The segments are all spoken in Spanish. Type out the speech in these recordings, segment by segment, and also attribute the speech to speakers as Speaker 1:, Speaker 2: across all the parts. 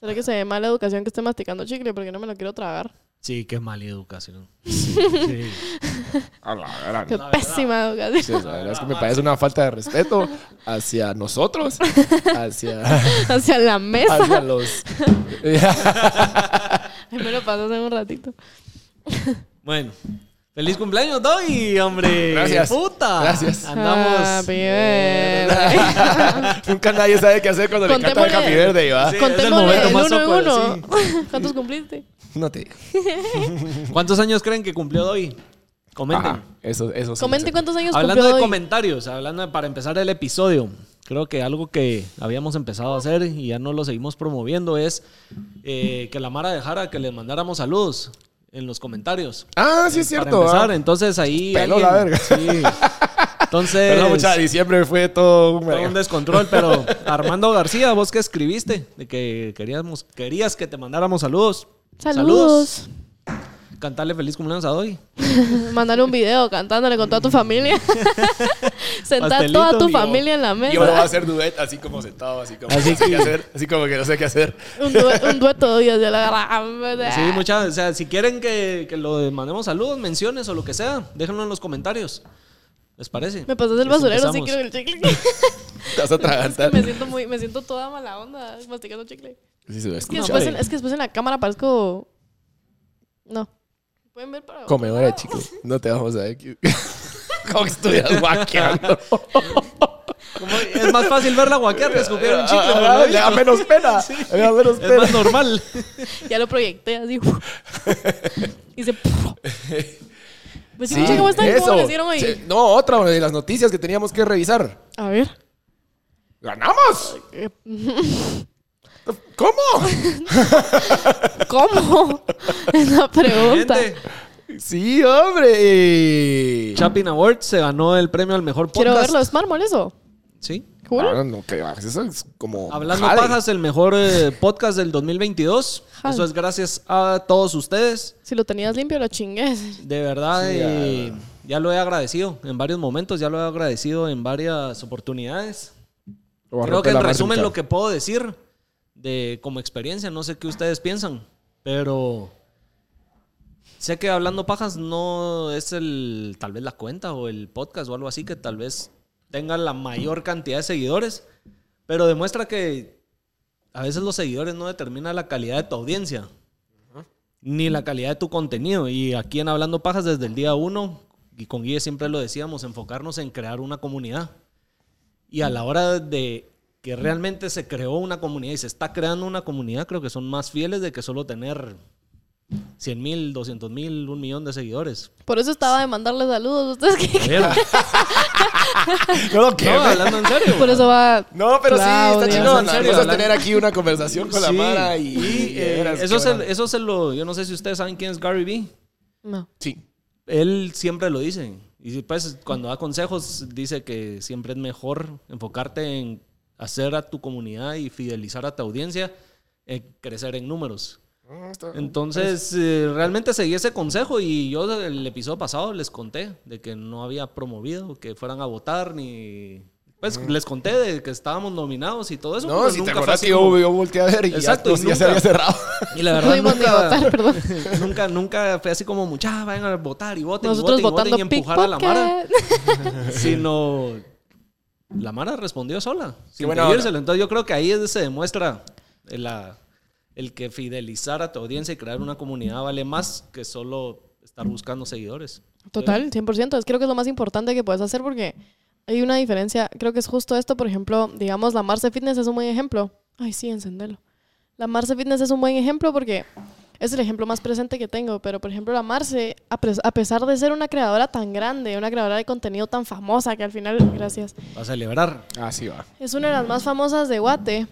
Speaker 1: ¿Será que se ve mala educación que esté masticando chicle? Porque no me lo quiero tragar.
Speaker 2: Sí, que es mala educación. Sí.
Speaker 3: A la gran.
Speaker 1: Qué
Speaker 2: verdad.
Speaker 1: pésima educación.
Speaker 3: Sí, pues, la verdad es que me parece una falta de respeto hacia nosotros, hacia,
Speaker 1: Hacia la mesa.
Speaker 3: hacia los...
Speaker 1: Ahí me lo pasas en un ratito.
Speaker 2: Bueno. Feliz cumpleaños, Doggy, hombre.
Speaker 3: Gracias.
Speaker 2: Puta.
Speaker 3: Gracias.
Speaker 2: Andamos.
Speaker 1: Happy birthday.
Speaker 3: Nunca nadie sabe qué hacer cuando le cantan
Speaker 1: Contémosle-
Speaker 3: Happy Verde, ¿va?
Speaker 2: Sí. es el
Speaker 1: Contémosle
Speaker 2: momento
Speaker 1: el
Speaker 2: más
Speaker 1: uno en
Speaker 2: awkward,
Speaker 1: uno. ¿Cuántos cumpliste?
Speaker 3: No te...
Speaker 2: ¿Cuántos años creen que cumplió Doggy? Comenten.
Speaker 3: Ajá, eso, eso sí no
Speaker 1: Comente
Speaker 3: sé.
Speaker 1: cuántos años
Speaker 2: Hablando
Speaker 1: cumplió
Speaker 2: de
Speaker 1: hoy.
Speaker 2: comentarios, hablando de- para empezar el episodio, creo que algo que habíamos empezado a hacer y ya no lo seguimos promoviendo es eh, que la Mara dejara que le mandáramos saludos en los comentarios.
Speaker 3: Ah, sí es
Speaker 2: Para
Speaker 3: cierto.
Speaker 2: empezar,
Speaker 3: ¿va?
Speaker 2: entonces ahí.
Speaker 3: Peló la verga.
Speaker 2: Sí. Entonces.
Speaker 3: Perdón, mucha, diciembre fue todo un...
Speaker 2: todo un descontrol, pero Armando García, vos que escribiste de que queríamos, querías que te mandáramos saludos.
Speaker 1: Saludos.
Speaker 2: Cantarle feliz cumpleaños a Doggy.
Speaker 1: Mándale un video cantándole con toda tu familia. Sentar
Speaker 2: Pastelito,
Speaker 1: toda tu
Speaker 2: amigo.
Speaker 1: familia en la
Speaker 3: Yo voy a
Speaker 1: mesa.
Speaker 3: hacer duet así como sentado, así como, no sé qué hacer, así como que no sé qué hacer.
Speaker 1: Un, due- un dueto de de la gran.
Speaker 2: Sí, muchas, o sea, si quieren que, que lo mandemos saludos, menciones o lo que sea, déjenlo en los comentarios. ¿Les parece?
Speaker 1: Me pasas el
Speaker 2: Eso
Speaker 1: basurero, sí
Speaker 2: empezamos.
Speaker 1: quiero el chicle.
Speaker 3: Te vas a atragantar.
Speaker 1: me siento muy, me siento toda mala onda masticando chicle.
Speaker 3: Sí, se ve.
Speaker 1: Es que,
Speaker 2: No,
Speaker 1: después,
Speaker 2: güey.
Speaker 1: en, es que después en la cámara parezco. No. Pueden ver para.
Speaker 3: Comedora de chicle. No te vamos a ver. como que estuvieras guaqueando.
Speaker 2: Como- Es más fácil verla guaquear que escupir un chicle.
Speaker 3: Ah,
Speaker 2: ¿verdad?
Speaker 3: le da menos pena. Le da menos
Speaker 2: Es
Speaker 3: pena.
Speaker 2: más normal.
Speaker 1: Ya lo proyecté así. y se. Pues sí,
Speaker 3: Sí,
Speaker 1: mucha, ¿cómo están?
Speaker 3: eso.
Speaker 1: ¿Cómo lo hicieron hoy?
Speaker 3: Sí, No, otra de las noticias que teníamos que revisar.
Speaker 1: A ver.
Speaker 3: ¡Ganamos!
Speaker 1: Eh,
Speaker 3: ¿Cómo?
Speaker 1: ¿Cómo? es la pregunta.
Speaker 2: Gente,
Speaker 3: Sí, hombre.
Speaker 2: Chapin Awards se ganó el premio al mejor podcast.
Speaker 1: Quiero ver los mármoles eso.
Speaker 2: Sí.
Speaker 1: Cool.
Speaker 3: Ah, no, que bajes, Eso es como.
Speaker 2: Hablando
Speaker 3: jale.
Speaker 2: pajas, el mejor eh, podcast del 2022.
Speaker 1: Jale.
Speaker 2: Eso es gracias a todos ustedes.
Speaker 1: Si lo tenías limpio, lo chingues.
Speaker 2: De verdad,
Speaker 3: Sí,
Speaker 2: eh, ya lo he agradecido en varios momentos, ya lo he agradecido en varias oportunidades.
Speaker 3: Lo voy a
Speaker 2: Creo
Speaker 3: romper
Speaker 2: que en
Speaker 3: la madre,
Speaker 2: resumen
Speaker 3: muchacho.
Speaker 2: lo que puedo decir de como experiencia, no sé qué ustedes piensan, pero sé que hablando pajas no es el tal vez la cuenta o el podcast o algo así que tal vez tenga la mayor cantidad de seguidores, pero demuestra que a veces los seguidores no determinan la calidad de tu audiencia ni la calidad de tu contenido. Y aquí en Hablando Pajas, desde el día uno, y con Guille siempre lo decíamos, enfocarnos en crear una comunidad. Y a la hora de que realmente se creó una comunidad y se está creando una comunidad, creo que son más fieles de que solo tener 100 mil, 200 mil, un millón de seguidores.
Speaker 1: Por eso estaba de mandarle saludos. ¿Ustedes qué?
Speaker 2: A ver,
Speaker 3: No lo queme.
Speaker 2: no, hablando en serio.
Speaker 1: Por eso va.
Speaker 3: No, pero sí,
Speaker 1: Claudia.
Speaker 2: No,
Speaker 3: está chido.
Speaker 2: en
Speaker 3: la
Speaker 2: serio,
Speaker 3: cosa es
Speaker 2: hablando-
Speaker 3: tener aquí una conversación con la
Speaker 2: Sí.
Speaker 3: Mara
Speaker 2: Y,
Speaker 3: y. y de
Speaker 2: eh,
Speaker 3: veras,
Speaker 2: eso,
Speaker 3: qué
Speaker 2: se,
Speaker 3: buena-
Speaker 2: eso se lo... Yo no sé si ustedes saben quién es Gary Vee.
Speaker 1: No.
Speaker 3: Sí.
Speaker 2: Él siempre lo dice. Y pues cuando da consejos dice que siempre es mejor enfocarte en hacer a tu comunidad y fidelizar a tu audiencia, en crecer en números.
Speaker 3: Mm, está- Pues,
Speaker 2: Entonces, eh, realmente seguí ese consejo y yo el episodio pasado les conté de que no había promovido que fueran a votar ni... Pues les conté de que estábamos nominados y todo eso.
Speaker 3: No,
Speaker 2: pero
Speaker 3: si te
Speaker 2: nunca fue
Speaker 3: acordás
Speaker 2: así
Speaker 3: que yo,
Speaker 2: como-
Speaker 3: yo volteé a ver y
Speaker 2: Exacto,
Speaker 3: ya,
Speaker 2: y
Speaker 3: ya
Speaker 2: nunca-
Speaker 3: se había cerrado.
Speaker 2: Y la
Speaker 1: No
Speaker 2: verdad
Speaker 1: pudimos ni
Speaker 2: nunca,
Speaker 1: votar, perdón.
Speaker 2: nunca, nunca fue así como, muchachos, vayan a votar y voten
Speaker 1: Nosotros
Speaker 2: y voten
Speaker 1: votando
Speaker 2: y voten", y empujar a la Mara.
Speaker 1: pickpocket.
Speaker 2: sino la Mara respondió sola, sin
Speaker 3: buena
Speaker 2: pedírselo. Entonces yo creo que ahí es- se demuestra el, la- el que fidelizar a tu audiencia y crear una comunidad vale más que solo estar buscando seguidores. Eh.
Speaker 1: Total, 100%. Es creo que es lo más importante que puedes hacer porque hay una diferencia. Creo que es justo esto. Por ejemplo, digamos, la Marce Fitness es un buen ejemplo. Ay, sí, encendelo. La Marce Fitness es un buen ejemplo porque es el ejemplo más presente que tengo. Pero, por ejemplo, la Marce, a pres- a pesar de ser una creadora tan grande, una creadora de contenido tan famosa que al final, gracias,
Speaker 2: A celebrar.
Speaker 3: Ah, sí, va.
Speaker 1: es una de las más famosas de Guate.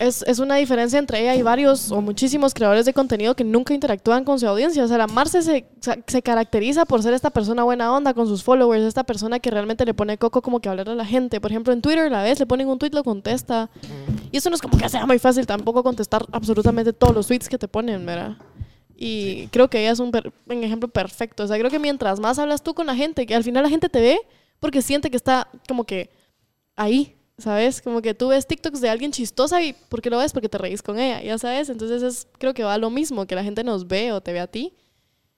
Speaker 1: Es, es una diferencia entre ella y varios o muchísimos creadores de contenido que nunca interactúan con su audiencia. O sea, la Marce se, se caracteriza por ser esta persona buena onda con sus followers, esta persona que realmente le pone coco como que hablar a la gente. Por ejemplo, en Twitter la vez le ponen un tweet, lo contesta. Y eso no es como que sea muy fácil tampoco contestar absolutamente todos los tweets que te ponen, ¿verdad? Y creo que ella es un, per- un ejemplo perfecto. O sea, creo que mientras más hablas tú con la gente, que al final la gente te ve porque siente que está como que ahí. ¿Sabes? Como que tú ves TikToks de alguien chistosa y ¿por qué lo ves? Porque te reís con ella, ya sabes. Entonces es, creo que va a lo mismo, que la gente nos ve o te ve a ti.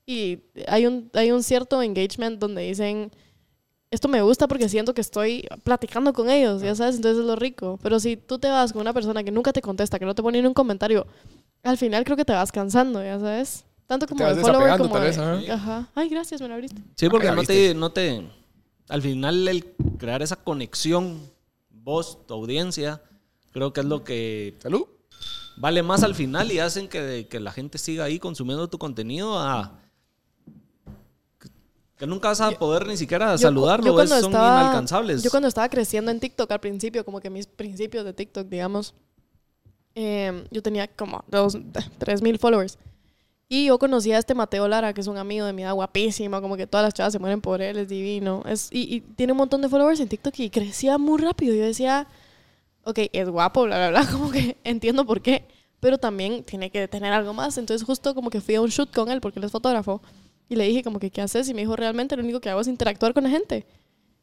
Speaker 1: Y hay un, hay un cierto engagement donde dicen, esto me gusta porque siento que estoy platicando con ellos,
Speaker 3: Ah.
Speaker 1: ya sabes, entonces es lo rico. Pero si tú te vas con una persona que nunca te contesta, que no te pone ni un comentario, al final creo que te vas cansando, ya sabes. Tanto como
Speaker 3: Te vas
Speaker 1: de follower
Speaker 3: desapegando,
Speaker 1: como
Speaker 3: tal
Speaker 1: de-
Speaker 3: vez, ajá.
Speaker 1: Ajá. Ay, gracias, me lo abriste.
Speaker 2: Sí, porque
Speaker 3: Ah,
Speaker 2: no
Speaker 3: viste.
Speaker 2: te, no te. Al final, el crear esa conexión, vos, tu audiencia, creo que es lo que
Speaker 3: Salud.
Speaker 2: vale más al final y hacen que, que la gente siga ahí consumiendo tu contenido a. que- Que nunca vas a poder ni siquiera
Speaker 1: Yo cu-
Speaker 2: saludarlo,
Speaker 1: yo
Speaker 2: es-
Speaker 1: cuando
Speaker 2: son
Speaker 1: estaba-
Speaker 2: inalcanzables.
Speaker 1: Yo cuando estaba creciendo en TikTok al principio, como que mis principios de TikTok, digamos, eh, yo tenía como dos, tres mil followers. Y yo conocí a este Mateo Lara, que es un amigo de mi edad guapísimo, como que todas las chavas se mueren por él, es divino. Es, y, y tiene un montón de followers en TikTok y crecía muy rápido. Yo decía, ok, es guapo, bla, bla, bla, como que entiendo por qué, pero también tiene que tener algo más. Entonces justo como que fui a un shoot con él porque él es fotógrafo y le dije como que, ¿qué haces? Y me dijo, realmente lo único que hago es interactuar con la gente.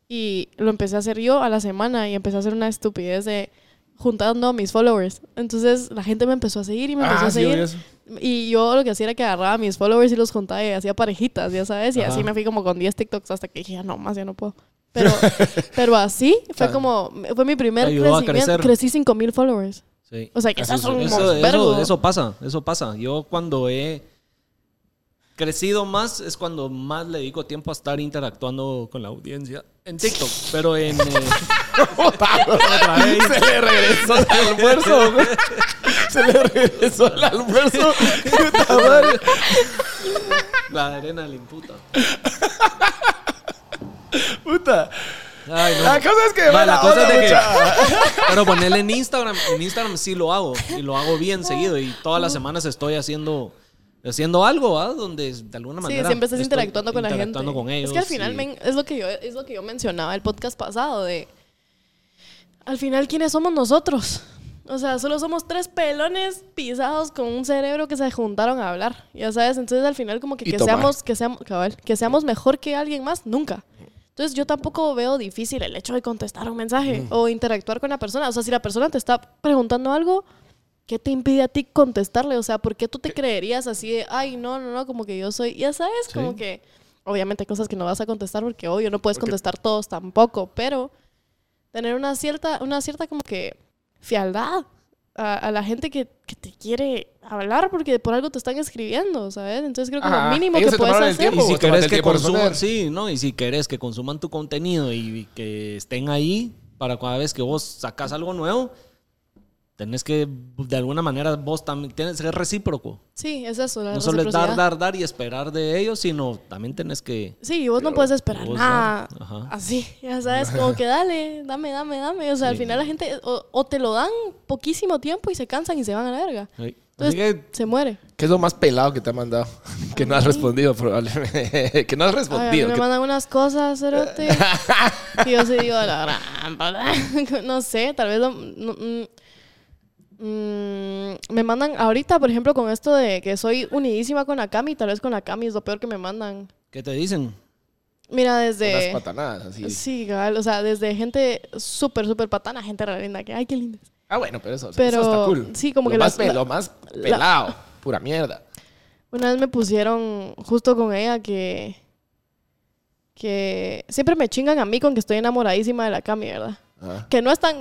Speaker 1: Y lo empecé a hacer yo a la semana y empecé a hacer una estupidez de juntando a mis followers. Entonces la gente me empezó a seguir y me empezó
Speaker 3: Ah,
Speaker 1: a
Speaker 3: sí, oí
Speaker 1: seguir.
Speaker 3: eso.
Speaker 1: Y yo lo que hacía era que agarraba a mis followers y los juntaba y hacía parejitas, ya sabes. Y
Speaker 2: Ajá.
Speaker 1: así me fui como con 10 TikToks hasta que dije, ya no, más ya no puedo. Pero, pero así fue
Speaker 3: Claro.
Speaker 1: como, fue mi primer
Speaker 2: Te ayudó a
Speaker 1: crecimiento.
Speaker 2: crecer.
Speaker 1: Crecí 5 mil followers.
Speaker 2: Sí.
Speaker 1: O sea, que
Speaker 3: Eso
Speaker 1: eso es un
Speaker 3: es-
Speaker 2: Eso, eso-
Speaker 1: vergo.
Speaker 2: eso pasa, eso pasa. Yo cuando he crecido más es cuando más le dedico tiempo a estar interactuando con la audiencia en TikTok, pero en... eh, otra vez.
Speaker 3: Se le regresó el almuerzo, güey. Se le regresó el almuerzo. Puta madre.
Speaker 2: La arena le imputa.
Speaker 3: Puta.
Speaker 2: Ay, no.
Speaker 3: La cosa es que
Speaker 2: Va,
Speaker 3: mala
Speaker 2: la cosa
Speaker 3: onda,
Speaker 2: es de que-
Speaker 3: mucha.
Speaker 2: Pero ponerle en Instagram, en Instagram sí lo hago y lo hago bien seguido y todas las semanas estoy haciendo haciendo algo, ¿ah? Donde de alguna
Speaker 1: Sí,
Speaker 2: manera
Speaker 1: siempre estás
Speaker 2: estoy
Speaker 1: interactuando con la
Speaker 2: interactuando
Speaker 1: gente.
Speaker 2: con ellos.
Speaker 1: es que al final
Speaker 2: y-
Speaker 1: men, es, lo que yo, es lo que yo mencionaba el podcast pasado de... Al final, ¿quiénes somos nosotros? O sea, solo somos tres pelones pisados con un cerebro que se juntaron a hablar. Ya sabes, entonces al final como que,
Speaker 3: Y
Speaker 1: que
Speaker 3: tomar.
Speaker 1: seamos, que seamos, cabal, que seamos mejor que alguien más, nunca. Entonces yo tampoco veo difícil el hecho de contestar un
Speaker 3: Mm.
Speaker 1: mensaje o interactuar con la persona. O sea, si la persona te está preguntando algo, ¿qué te impide a ti contestarle? O sea, ¿por qué tú te creerías así de, ay, no, no, no, como que yo soy, ya sabes, como que obviamente hay cosas que no vas a contestar porque obvio no puedes contestar todos tampoco, pero tener una cierta, una cierta como que fialdad a, a la gente que, que te quiere hablar porque por algo te están escribiendo, ¿sabes? Entonces creo que
Speaker 3: Ajá,
Speaker 1: lo mínimo
Speaker 3: Ah,
Speaker 1: que
Speaker 3: ellos se
Speaker 1: puedes
Speaker 3: tomaron el
Speaker 1: hacer...
Speaker 2: Y
Speaker 3: tiempo.
Speaker 2: si
Speaker 3: Vos te
Speaker 2: querés
Speaker 3: mantén
Speaker 2: que
Speaker 3: tiempo de responder.
Speaker 2: consuman, sí, ¿no? Y si querés que consuman tu contenido y, y que estén ahí para cada vez que vos sacas algo nuevo, tenés que, de alguna manera, vos también tienes que ser recíproco.
Speaker 1: Sí, es eso, la
Speaker 2: No solo es dar,
Speaker 1: reciprocidad.
Speaker 2: dar, dar y esperar de ellos, sino también tenés que...
Speaker 1: Sí, y vos no puedes esperar
Speaker 2: vos
Speaker 1: nada
Speaker 2: dar, ajá.
Speaker 1: así, ya sabes, como que dale, dame, dame, dame. O sea, al
Speaker 2: Sí.
Speaker 1: final la gente o, o te lo dan poquísimo tiempo y se cansan y se van a la verga.
Speaker 2: Ay, Así
Speaker 1: Entonces
Speaker 2: que,
Speaker 1: se muere.
Speaker 3: ¿Qué es lo más pelado que te ha mandado? Que no has respondido, probablemente. Que no has
Speaker 1: Ay, a mí
Speaker 3: respondido.
Speaker 1: me
Speaker 3: que-
Speaker 1: mandan unas cosas, cerote. y yo sí digo, a la gran puta". No sé, tal vez... lo- no- mm, mm, me mandan ahorita, por ejemplo, con esto de que soy unidísima con Akami, tal vez con Akami es lo peor que me mandan.
Speaker 2: ¿qué te dicen?
Speaker 1: Mira,
Speaker 3: Unas
Speaker 1: desde...
Speaker 3: patanadas, así.
Speaker 1: Sí, cabal, o sea, desde gente súper, súper patana, gente re linda, que, ay, qué linda.
Speaker 3: Ah, bueno, pero eso, eso
Speaker 1: Pero,
Speaker 3: está cool.
Speaker 1: sí, como
Speaker 3: lo
Speaker 1: que
Speaker 3: más,
Speaker 1: las-
Speaker 3: pe-
Speaker 1: la-
Speaker 3: lo más
Speaker 1: la-
Speaker 3: pelado. Pura mierda.
Speaker 1: Una vez me pusieron justo con ella que. que siempre me chingan a mí con que estoy enamoradísima de la Cami, ¿verdad?
Speaker 3: Ah.
Speaker 1: Que no están.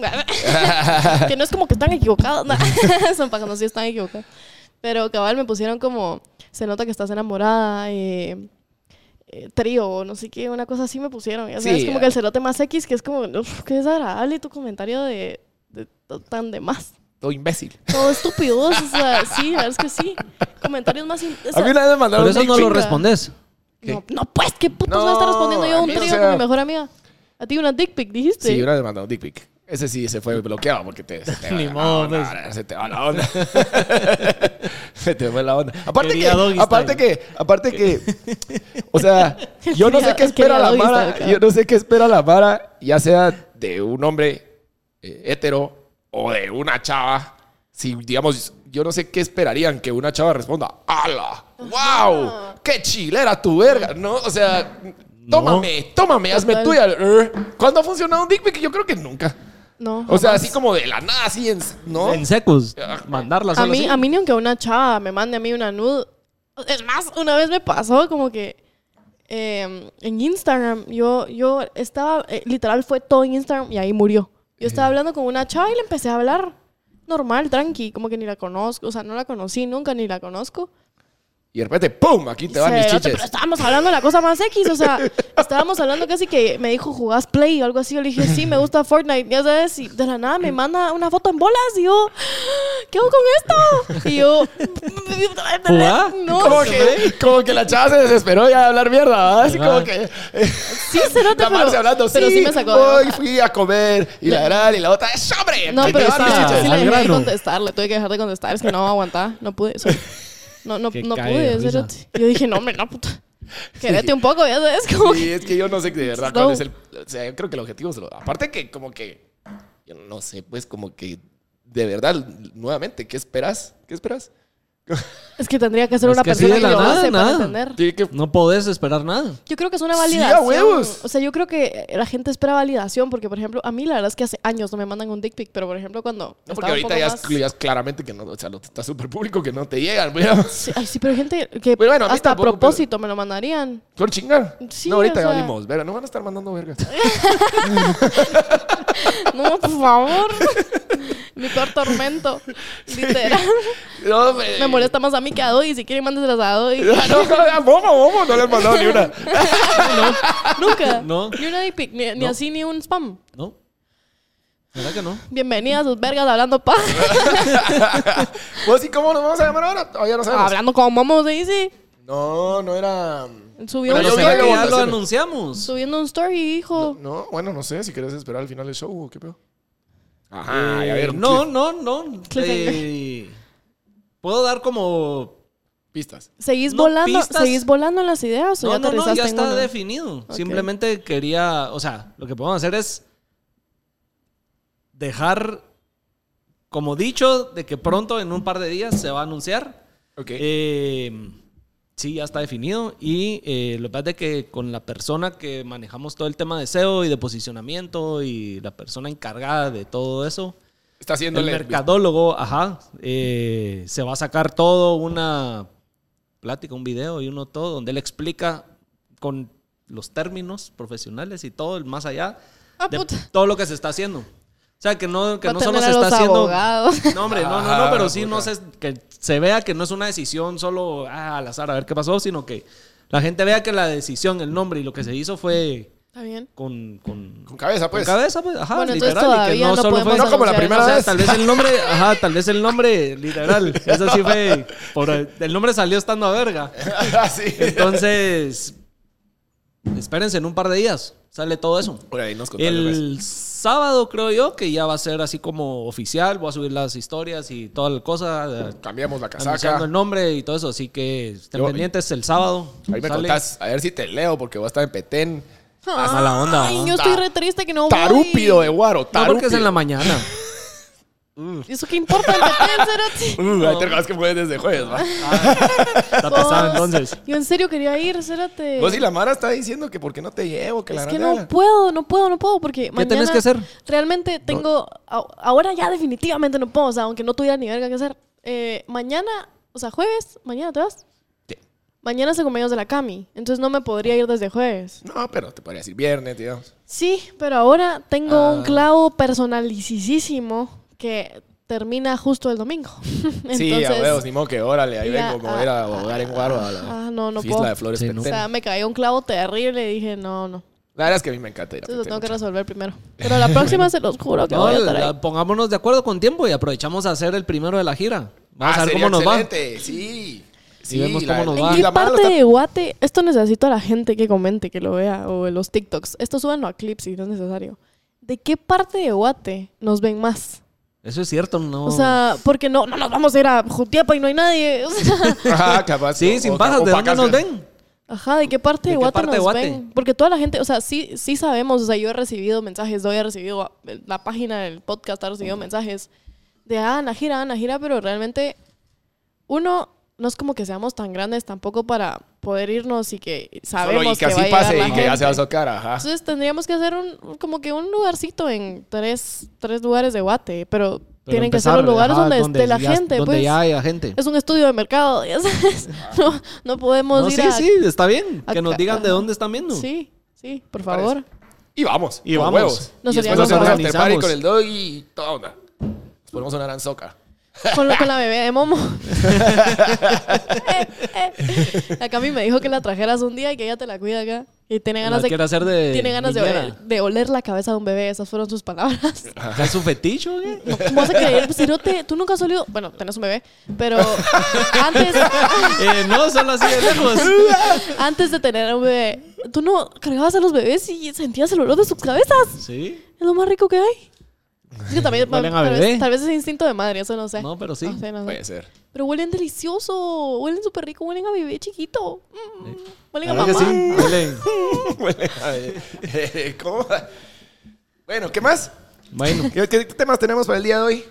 Speaker 1: que no es como que están equivocados. ¿no? Son para que no sí están equivocados. Pero cabal, me pusieron como. Se nota que estás enamorada. eh, eh, trío, o no sé qué, una cosa así me pusieron. Ya
Speaker 3: Sí,
Speaker 1: sabes, como
Speaker 3: ah.
Speaker 1: que el cerote más X, que es como, uff, qué desagradable tu comentario de- de tan de más.
Speaker 3: Todo imbécil.
Speaker 1: Todo estúpidos, o sea, sí, la verdad es que sí. Comentarios más... in- o sea,
Speaker 3: a mí una vez me
Speaker 2: Por
Speaker 3: mandaron
Speaker 2: eso
Speaker 3: un
Speaker 2: no
Speaker 3: dick
Speaker 2: lo
Speaker 3: pic.
Speaker 2: respondes.
Speaker 3: ¿Qué?
Speaker 1: No, no, pues, ¿qué putos
Speaker 3: No,
Speaker 1: voy a estar respondiendo yo a un
Speaker 3: amigo,
Speaker 1: trío
Speaker 3: o sea-
Speaker 1: con mi mejor amiga? A ti una dick pic, dijiste.
Speaker 3: Sí, una vez me mandaron un dick pic. Ese sí se fue bloqueado porque te. se te va
Speaker 2: Ni
Speaker 3: la
Speaker 2: modo,
Speaker 3: onda,
Speaker 2: pues.
Speaker 3: ahora Se te va la onda. se te fue la onda. Aparte
Speaker 2: Quería doggy
Speaker 3: que. Aparte que. Aparte que. O sea, yo no sé
Speaker 1: Quería-
Speaker 3: qué espera
Speaker 1: quería
Speaker 3: la
Speaker 1: doggy
Speaker 3: Mara.
Speaker 1: style, claro.
Speaker 3: Yo no sé qué espera la Mara, ya sea de un hombre eh, hetero o de una chava. Si, digamos, yo no sé qué esperarían que una chava responda. ¡Hala! ¡Wow! ¡Qué chilera tu verga! No, o sea, tómame, tómame, hazme
Speaker 1: Total.
Speaker 3: tuya. Er, ¿Cuándo ha funcionado un dick pic? Yo creo que nunca.
Speaker 1: No.
Speaker 3: O sea,
Speaker 1: jamás.
Speaker 3: así como de la nada, así en. ¿No?
Speaker 2: En secos.
Speaker 3: Ah,
Speaker 2: Mandarla
Speaker 1: A
Speaker 2: solo
Speaker 1: mí,
Speaker 2: así.
Speaker 1: a mí ni aunque una chava me mande a mí una nude. Es más, una vez me pasó como que eh, en Instagram, yo, yo estaba, eh, literal fue todo en Instagram y ahí murió. Yo
Speaker 3: Eh.
Speaker 1: estaba hablando con una chava y le empecé a hablar normal, tranqui, como que ni la conozco, o sea, no la conocí nunca, ni la conozco.
Speaker 3: Y de repente, ¡pum! Aquí te van mis
Speaker 1: Cerote,
Speaker 3: chiches.
Speaker 1: Pero estábamos hablando de la cosa más X, o sea, estábamos hablando casi que me dijo jugás Play o algo así. Yo le dije, sí, me gusta Fortnite, ya sabes, y de la nada me manda una foto en bolas y yo, ¿qué hago con esto? Y yo,
Speaker 2: ¿Jugá?
Speaker 1: No,
Speaker 3: Como
Speaker 1: ¿eh?
Speaker 3: que, como que la chava se desesperó ya de hablar mierda, ¿verdad? Así
Speaker 2: Ajá.
Speaker 3: como que.
Speaker 1: sí, cerote,
Speaker 3: La Marce
Speaker 1: pero,
Speaker 3: hablando, sí,
Speaker 1: pero sí me sacó. de
Speaker 3: Hoy
Speaker 1: onda.
Speaker 3: fui a comer y la gran y la otra, ¡es hombre!
Speaker 1: No,
Speaker 3: ahí te
Speaker 1: pero sí,
Speaker 3: van mis
Speaker 2: estaba-
Speaker 3: chiches".
Speaker 1: sí
Speaker 2: Al
Speaker 1: le dejé de
Speaker 2: grano.
Speaker 1: contestar, le tuve que dejar de contestar, es que no aguantaba, no pude. sorry. No, no,
Speaker 2: Que
Speaker 1: no
Speaker 2: cague de
Speaker 1: pude,
Speaker 2: risa.
Speaker 1: cerote. Yo dije, no, hombre, no, puta. Quédate un poco, ya sabes, como que-
Speaker 3: Sí, es que yo no sé de verdad
Speaker 1: No.
Speaker 3: cuál es el. O sea, yo creo que el objetivo es lo. Aparte que, como que. Yo no sé, pues, como que. De verdad, nuevamente, ¿qué esperas? ¿Qué esperas?
Speaker 1: Es que tendría que ser
Speaker 2: Es
Speaker 1: una
Speaker 2: que sí,
Speaker 1: persona
Speaker 2: de
Speaker 1: que
Speaker 2: la
Speaker 1: lo
Speaker 2: nada,
Speaker 1: hace
Speaker 2: nada.
Speaker 1: para entender.
Speaker 3: Tiene que.
Speaker 2: No podés esperar nada.
Speaker 1: Yo creo que es una
Speaker 3: Sí,
Speaker 1: validación.
Speaker 3: a huevos.
Speaker 1: O sea, yo creo que la gente espera validación porque, por ejemplo, a mí la verdad es que hace años no me mandan un dick pic, pero por ejemplo cuando
Speaker 3: No,
Speaker 1: estaba
Speaker 3: porque
Speaker 1: un
Speaker 3: ahorita
Speaker 1: poco
Speaker 3: ya,
Speaker 1: más-
Speaker 3: es- ya es claramente que no. O sea, lo, está súper público que no te llegan, pero.
Speaker 1: Sí, ay, sí, pero hay gente que
Speaker 3: Pero bueno, a mí
Speaker 1: hasta
Speaker 3: tampoco,
Speaker 1: a propósito me lo mandarían.
Speaker 3: Por chingar.
Speaker 1: Sí,
Speaker 3: no, ahorita
Speaker 1: o
Speaker 3: ya
Speaker 1: sea-
Speaker 3: valimos, verga. No van a estar mandando vergas.
Speaker 1: No, por favor. Mi peor tormento. Literal.
Speaker 3: No, me,
Speaker 1: Me molesta más a mí que a Dodi. Si quieren, mándeselas a Dodi.
Speaker 3: No, no, no, bobo, bobo, no le han mandado ni una.
Speaker 1: Nunca.
Speaker 2: No.
Speaker 1: Ni una dick pic, ni, ni
Speaker 2: No.
Speaker 1: así, ni un spam.
Speaker 2: ¿No? ¿Verdad que no?
Speaker 1: Bienvenidas sus vergas hablando pa.
Speaker 3: Pues, ¿y cómo nos vamos a llamar ahora? Todavía no sabemos.
Speaker 1: hablando como momo se dice.
Speaker 3: No, no era.
Speaker 1: Subió
Speaker 2: Pero
Speaker 1: un
Speaker 3: yo vi
Speaker 2: será
Speaker 3: la
Speaker 2: que
Speaker 1: story.
Speaker 2: ya lo
Speaker 3: votación.
Speaker 2: anunciamos.
Speaker 1: Subiendo un story, hijo.
Speaker 3: No, bueno, no sé si querés esperar al final del show o qué pedo.
Speaker 2: Eh,
Speaker 3: Ajá, y a ver.
Speaker 2: no,
Speaker 3: cli-
Speaker 2: no, no.
Speaker 1: Cliffhanger.
Speaker 2: Eh, Puedo dar como.
Speaker 3: Pistas.
Speaker 1: ¿Seguís,
Speaker 2: No,
Speaker 1: volando,
Speaker 2: pistas.
Speaker 1: ¿Seguís volando en las ideas o
Speaker 2: No,
Speaker 1: ya
Speaker 2: no,
Speaker 1: te
Speaker 2: no, ya está definido.
Speaker 1: Ok.
Speaker 2: Simplemente quería. O sea, lo que podemos hacer es. Dejar. Como dicho, de que pronto, en un par de días, se va a anunciar.
Speaker 3: Ok.
Speaker 2: Eh, sí, ya está definido. Y eh, lo que pasa es que con la persona que manejamos todo el tema de SEO y de posicionamiento y la persona encargada de todo eso,
Speaker 3: Está haciendo
Speaker 2: el mercadólogo, ajá, eh, se va a sacar todo una plática, un video y uno todo, donde él explica con los términos profesionales y todo el más allá
Speaker 1: Ah,
Speaker 2: de
Speaker 1: puta.
Speaker 2: todo lo que se está haciendo. O sea, que no, que
Speaker 1: Va a
Speaker 2: no
Speaker 1: tener
Speaker 2: solo
Speaker 1: a
Speaker 2: se está
Speaker 1: los
Speaker 2: haciendo...
Speaker 1: abogados.
Speaker 2: No, hombre, no, no, no,
Speaker 3: Ah,
Speaker 2: pero sí
Speaker 3: puta.
Speaker 2: no se, que se vea que no es una decisión solo ah, al azar a ver qué pasó, sino que la gente vea que la decisión, el nombre y lo que se hizo fue
Speaker 1: Está bien.
Speaker 2: con, con,
Speaker 3: Con cabeza, pues.
Speaker 2: con cabeza, pues, ajá,
Speaker 1: Bueno, entonces
Speaker 2: literal. y que
Speaker 1: todavía
Speaker 2: no,
Speaker 1: no,
Speaker 2: solo fue
Speaker 1: podemos
Speaker 3: No como la
Speaker 1: anunciar
Speaker 3: primera
Speaker 2: o
Speaker 1: eso.
Speaker 2: sea,
Speaker 3: vez.
Speaker 2: tal vez el nombre, ajá, tal vez el nombre, literal. Eso sí fue. Por, el nombre salió estando a verga.
Speaker 3: Así.
Speaker 2: Entonces, espérense en un par de días. Sale todo eso.
Speaker 3: Por ahí nos contaron. pues.
Speaker 2: El sábado, creo yo, que ya va a ser así como oficial. Voy a subir las historias y toda la cosa. eh,
Speaker 3: Cambiamos la
Speaker 2: Anunciando
Speaker 3: casaca.
Speaker 2: el nombre y todo eso. Así que estén
Speaker 3: Yo-
Speaker 2: pendientes el sábado.
Speaker 3: Ahí me
Speaker 2: sale.
Speaker 3: contás. A ver si te leo porque voy a estar en Petén.
Speaker 1: Ay,
Speaker 2: Ah, mala onda, eh. ¿va?
Speaker 1: yo estoy re triste que no voy.
Speaker 3: Tarúpido de Guaro.
Speaker 2: No,
Speaker 3: Tarúpido.
Speaker 2: porque es en la mañana.
Speaker 1: ¿Eso qué importa? El Petén, Cerati.
Speaker 3: Uh, ahí te acordás que fue desde jueves, ¿va?
Speaker 2: Está pesado entonces.
Speaker 1: Yo en serio quería ir, Cerati.
Speaker 3: Vos y la Mara está diciendo que por qué no te llevo, que la
Speaker 1: Es que
Speaker 3: grandela.
Speaker 1: no puedo, no puedo, no puedo, porque mañana...
Speaker 2: tenés que hacer?
Speaker 1: Realmente tengo... a- Ahora ya definitivamente no puedo, o sea, aunque no tuviera ni verga que hacer. Eh, mañana, o sea, jueves, ¿mañana te vas?
Speaker 3: Sí.
Speaker 1: Mañana se compañeros de la Cami, entonces no me podría ir desde jueves.
Speaker 3: No, pero te podría decir viernes, tío.
Speaker 1: Sí, pero ahora tengo
Speaker 2: Ah.
Speaker 1: un clavo personalicísimo que termina justo el domingo. entonces,
Speaker 3: sí, a huevos, ni modo que órale, ahí
Speaker 1: Ya,
Speaker 3: vengo a mover a
Speaker 1: ah,
Speaker 3: abogar en Guaro a la
Speaker 1: ah, no, no
Speaker 3: isla
Speaker 1: puedo.
Speaker 3: de Flores
Speaker 2: Sí,
Speaker 3: Petén.
Speaker 2: no.
Speaker 1: o sea, me cayó un clavo terrible y dije, no, no.
Speaker 3: La verdad es que a mí me encanta ir a
Speaker 1: Entonces lo
Speaker 3: Petén,
Speaker 1: tengo que
Speaker 3: mucho.
Speaker 1: resolver primero. Pero la próxima se los juro que
Speaker 2: No,
Speaker 1: voy a
Speaker 2: la-
Speaker 1: estar ahí.
Speaker 2: pongámonos de acuerdo con tiempo y aprovechamos a hacer el primero de la gira. Vamos
Speaker 3: Ah,
Speaker 2: a ver
Speaker 3: sería
Speaker 2: cómo nos va.
Speaker 3: excelente, Sí. Sí,
Speaker 2: vemos cómo nos
Speaker 1: ¿En
Speaker 2: va.
Speaker 1: qué
Speaker 3: la Mara lo
Speaker 1: parte
Speaker 3: está-
Speaker 1: de Guate? Esto necesito a la gente que comente, que lo vea, o en los TikToks. Esto súbanlo a clips si no es necesario. ¿De qué parte de Guate nos ven más?
Speaker 2: Eso es cierto, no.
Speaker 1: O sea, porque no, no nos vamos a ir a Jutiapa y no hay nadie. O sea,
Speaker 3: Ajá, capaz.
Speaker 2: sí,
Speaker 3: o-
Speaker 2: sin
Speaker 3: o-
Speaker 2: pajas,
Speaker 3: o
Speaker 2: ¿de dónde
Speaker 3: pacas,
Speaker 2: nos
Speaker 3: pero-
Speaker 2: ven?
Speaker 1: ajá, ¿de qué parte
Speaker 2: ¿De
Speaker 1: de
Speaker 2: qué
Speaker 1: Guate
Speaker 2: parte de
Speaker 1: nos
Speaker 2: Guate?
Speaker 1: ven? Porque toda la gente, o sea, sí, sí sabemos. O sea, yo he recibido mensajes, hoy he recibido a- la página del podcast, ha recibido mensajes de, ah, Najira, ah, Najira, pero realmente uno no es como que seamos tan grandes tampoco para poder irnos y que sabemos
Speaker 3: Solo y que,
Speaker 1: va a
Speaker 3: así
Speaker 1: llegar
Speaker 3: pase
Speaker 1: la
Speaker 3: y que ya se va a
Speaker 1: gente.
Speaker 3: sacar, ajá.
Speaker 1: Entonces tendríamos que hacer un, como que un lugarcito en tres, tres lugares de Guate, pero,
Speaker 2: Pero
Speaker 1: tienen que ser
Speaker 2: empezar,
Speaker 1: los lugares
Speaker 2: ajá,
Speaker 1: donde, esté la
Speaker 2: ya-
Speaker 1: gente,
Speaker 2: donde
Speaker 1: pues.
Speaker 2: ya haya gente.
Speaker 1: Es un estudio de mercado, ya sabes. No, no podemos
Speaker 2: No,
Speaker 1: ir
Speaker 2: sí,
Speaker 1: a...
Speaker 2: sí, está bien.
Speaker 1: a
Speaker 2: Que nos
Speaker 1: ca-
Speaker 2: digan de
Speaker 1: ajá.
Speaker 2: dónde están viendo.
Speaker 1: Sí, sí, por
Speaker 3: parece.
Speaker 1: favor.
Speaker 3: Y vamos.
Speaker 2: Y
Speaker 3: con
Speaker 2: vamos.
Speaker 3: Huevos.
Speaker 1: Nos
Speaker 3: y después
Speaker 1: seríamos
Speaker 3: nos hacemos
Speaker 2: organizamos.
Speaker 3: after party con el dog y toda onda. Nos ponemos una aranzoca.
Speaker 1: Con, lo- con la bebé de Momo. Eh, eh. La Cami me dijo que la trajeras un día y que ella te la cuida acá. Y tiene
Speaker 2: La
Speaker 1: ganas de,
Speaker 2: quiere hacer de
Speaker 1: tiene ganas de,
Speaker 2: niñera.
Speaker 1: oler, de oler la cabeza de un bebé. Esas fueron sus palabras.
Speaker 2: ¿Es su feticho, güey?
Speaker 1: No, ¿Cómo vas a creer? Si no te, tú nunca has olido... Bueno, tenés un bebé, pero antes...
Speaker 2: Eh, no, solo así de lejos.
Speaker 1: Antes de tener a un bebé, tú no cargabas a los bebés y sentías el olor de sus cabezas.
Speaker 2: Sí.
Speaker 1: Es lo más rico que hay. Es que también,
Speaker 2: Huelen a
Speaker 1: tal,
Speaker 2: bebé.
Speaker 1: vez, tal vez es instinto de madre, eso no sé.
Speaker 2: No, pero sí.
Speaker 1: No sé, no sé.
Speaker 3: Puede ser.
Speaker 1: Pero huelen delicioso, huelen súper rico, huelen a bebé chiquito. Mm, huelen a
Speaker 2: Claro que
Speaker 1: mamá.
Speaker 2: sí. Huelen.
Speaker 3: Huele a- eh, ¿Cómo? Bueno, ¿qué más?
Speaker 2: Bueno,
Speaker 3: ¿Qué, qué temas tenemos para el día de hoy?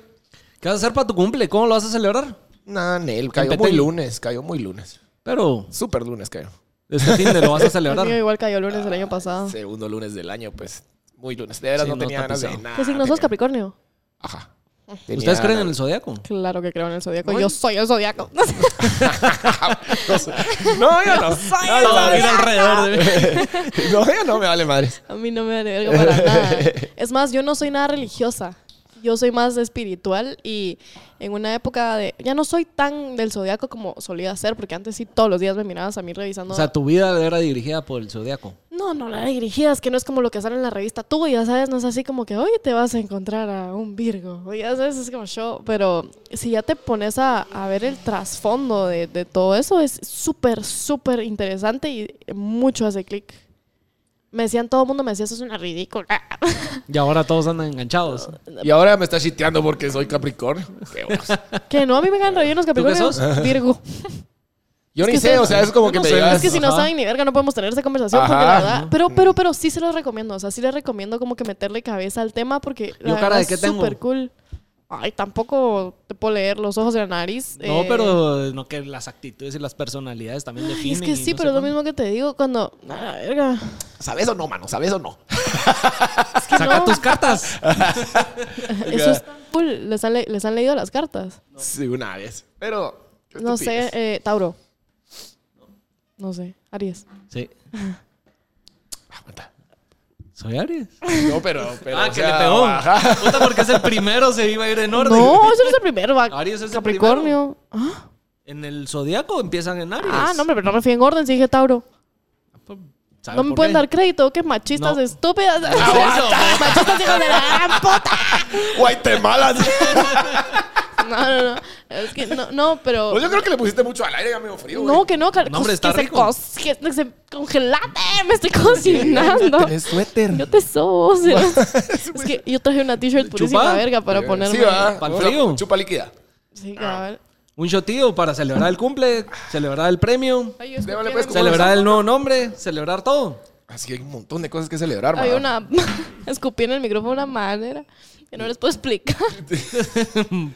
Speaker 2: ¿qué vas a hacer para tu cumple? ¿Cómo lo vas a celebrar?
Speaker 3: Nah, Nel, cayó muy
Speaker 2: Petén.
Speaker 3: lunes, cayó muy lunes.
Speaker 2: Pero
Speaker 3: Súper lunes cayó.
Speaker 2: este fin de lo vas a
Speaker 1: El mío
Speaker 2: celebrar.
Speaker 1: igual cayó el lunes del
Speaker 2: Ah,
Speaker 1: año pasado.
Speaker 3: Segundo lunes del año, pues. Muy lunes. De veras
Speaker 2: Sí,
Speaker 3: no
Speaker 2: no,
Speaker 3: tenía ganas de
Speaker 2: tapizado.
Speaker 3: nada.
Speaker 1: ¿Qué signo Pues sos,
Speaker 3: tenía-
Speaker 1: Capricornio?
Speaker 3: Ajá.
Speaker 2: ¿Ustedes creen en el zodiaco?
Speaker 1: Claro que creo en el zodiaco.
Speaker 2: Uy.
Speaker 1: Yo soy el zodiaco.
Speaker 3: sol? No, yo no. No, no,
Speaker 2: Todo
Speaker 3: vale.
Speaker 2: gira alrededor de mí.
Speaker 3: No, yo no me vale madres.
Speaker 1: a mí no me vale verga para nada. Es más, yo no soy nada religiosa. Yo soy más espiritual y en una época de. Ya no soy tan del zodiaco como solía ser, porque antes sí todos los días me mirabas a mí revisando.
Speaker 2: O sea, tu vida era dirigida por el zodiaco.
Speaker 1: No, no, la dirigida es que no es como lo que sale en la revista tú, ya sabes, no es así como que hoy te vas a encontrar a un Virgo, o ya sabes, es como yo, pero si ya te pones a, a ver el trasfondo de, de todo eso, es súper, súper interesante y mucho hace clic. Me decían, todo el mundo me decía, eso es una ridícula.
Speaker 2: Y ahora todos andan enganchados.
Speaker 3: Y ahora me está chiteando porque soy Capricornio. Qué huevos.
Speaker 1: que no, a mí me ganan rellenos Capricornio.
Speaker 2: sos?
Speaker 1: Virgo.
Speaker 3: Yo
Speaker 1: que
Speaker 3: ni sé,
Speaker 1: ustedes-
Speaker 3: o sea, es como
Speaker 2: Yo
Speaker 3: que
Speaker 2: no
Speaker 3: me
Speaker 2: sé,
Speaker 3: llevas.
Speaker 1: Es que si no
Speaker 2: Ajá.
Speaker 1: saben ni verga, no podemos tener esa conversación, porque
Speaker 3: Ajá.
Speaker 1: la verdad. Pero, pero, pero sí se los recomiendo. O sea, sí les recomiendo como que meterle cabeza al tema porque la
Speaker 2: ¿Yo cara
Speaker 1: verdad
Speaker 2: de
Speaker 1: es
Speaker 2: qué tengo?
Speaker 1: súper cool. Ay, tampoco te puedo leer los ojos de la nariz.
Speaker 2: No,
Speaker 1: eh,
Speaker 2: pero no que las actitudes y las personalidades también
Speaker 1: ay,
Speaker 2: definen.
Speaker 1: es que
Speaker 2: y
Speaker 1: sí,
Speaker 2: no
Speaker 1: pero
Speaker 2: sé
Speaker 1: es lo
Speaker 2: cuánto.
Speaker 1: mismo que te digo cuando. A la verga.
Speaker 3: ¿Sabes o no, mano? ¿Sabes o no?
Speaker 1: Es que
Speaker 2: Saca
Speaker 1: no,
Speaker 2: tus cartas.
Speaker 1: Eso es tan cool. Les han, le- les han leído las cartas.
Speaker 3: Sí, una vez. Pero. qué
Speaker 1: No sé,
Speaker 3: estupidez.
Speaker 1: eh, Tauro. No sé, Aries.
Speaker 2: Sí.
Speaker 3: Aguanta.
Speaker 2: Soy Aries.
Speaker 3: No, pero. pero
Speaker 2: ah,
Speaker 3: o
Speaker 2: que
Speaker 3: sea,
Speaker 2: le pegó.
Speaker 3: ajá.
Speaker 2: Puta, porque es el primero, se iba a ir en orden.
Speaker 1: No, eso no es el primero. va.
Speaker 2: Aries es el
Speaker 1: Capricornio. Ah,
Speaker 2: En el zodiaco empiezan en Aries. Pues,
Speaker 1: ah, no, hombre, pero no me fui en orden, si dije Tauro.
Speaker 2: ¿Sabe
Speaker 1: No me
Speaker 2: por
Speaker 1: pueden
Speaker 2: qué?
Speaker 1: dar crédito, que machistas
Speaker 2: No. Ah,
Speaker 1: estúpidas.
Speaker 2: Aguanta.
Speaker 1: machistas hijos de la gran puta.
Speaker 3: Guatemala.
Speaker 1: No, no, no. Es que no, no, pero.
Speaker 3: Pues yo creo que le pusiste mucho al aire, amigo frío.
Speaker 1: No, que no, car-
Speaker 2: No, hombre,
Speaker 1: que
Speaker 2: está
Speaker 1: se
Speaker 2: rico.
Speaker 1: cos- que se, congelate, me estoy cocinando.
Speaker 3: suéter.
Speaker 1: Yo te sobo. o sea. es que yo traje una t-shirt purísima
Speaker 2: Chupa.
Speaker 1: verga para ponerme.
Speaker 3: Sí, va.
Speaker 2: Pa'l
Speaker 3: O sea,
Speaker 2: frío.
Speaker 3: Chupa líquida.
Speaker 1: Sí, cabal.
Speaker 2: Un shotío para celebrar el cumple, celebrar el premio,
Speaker 1: Ay, yo
Speaker 3: Démosle,
Speaker 1: escupí
Speaker 3: pues,
Speaker 1: en el-
Speaker 3: ¿cómo
Speaker 2: celebrar el nuevo nombre, celebrar todo.
Speaker 3: Así que hay un montón de cosas que celebrar,
Speaker 1: Hay
Speaker 3: mano.
Speaker 1: una. escupí en el micrófono de una manera que no les puedo explicar.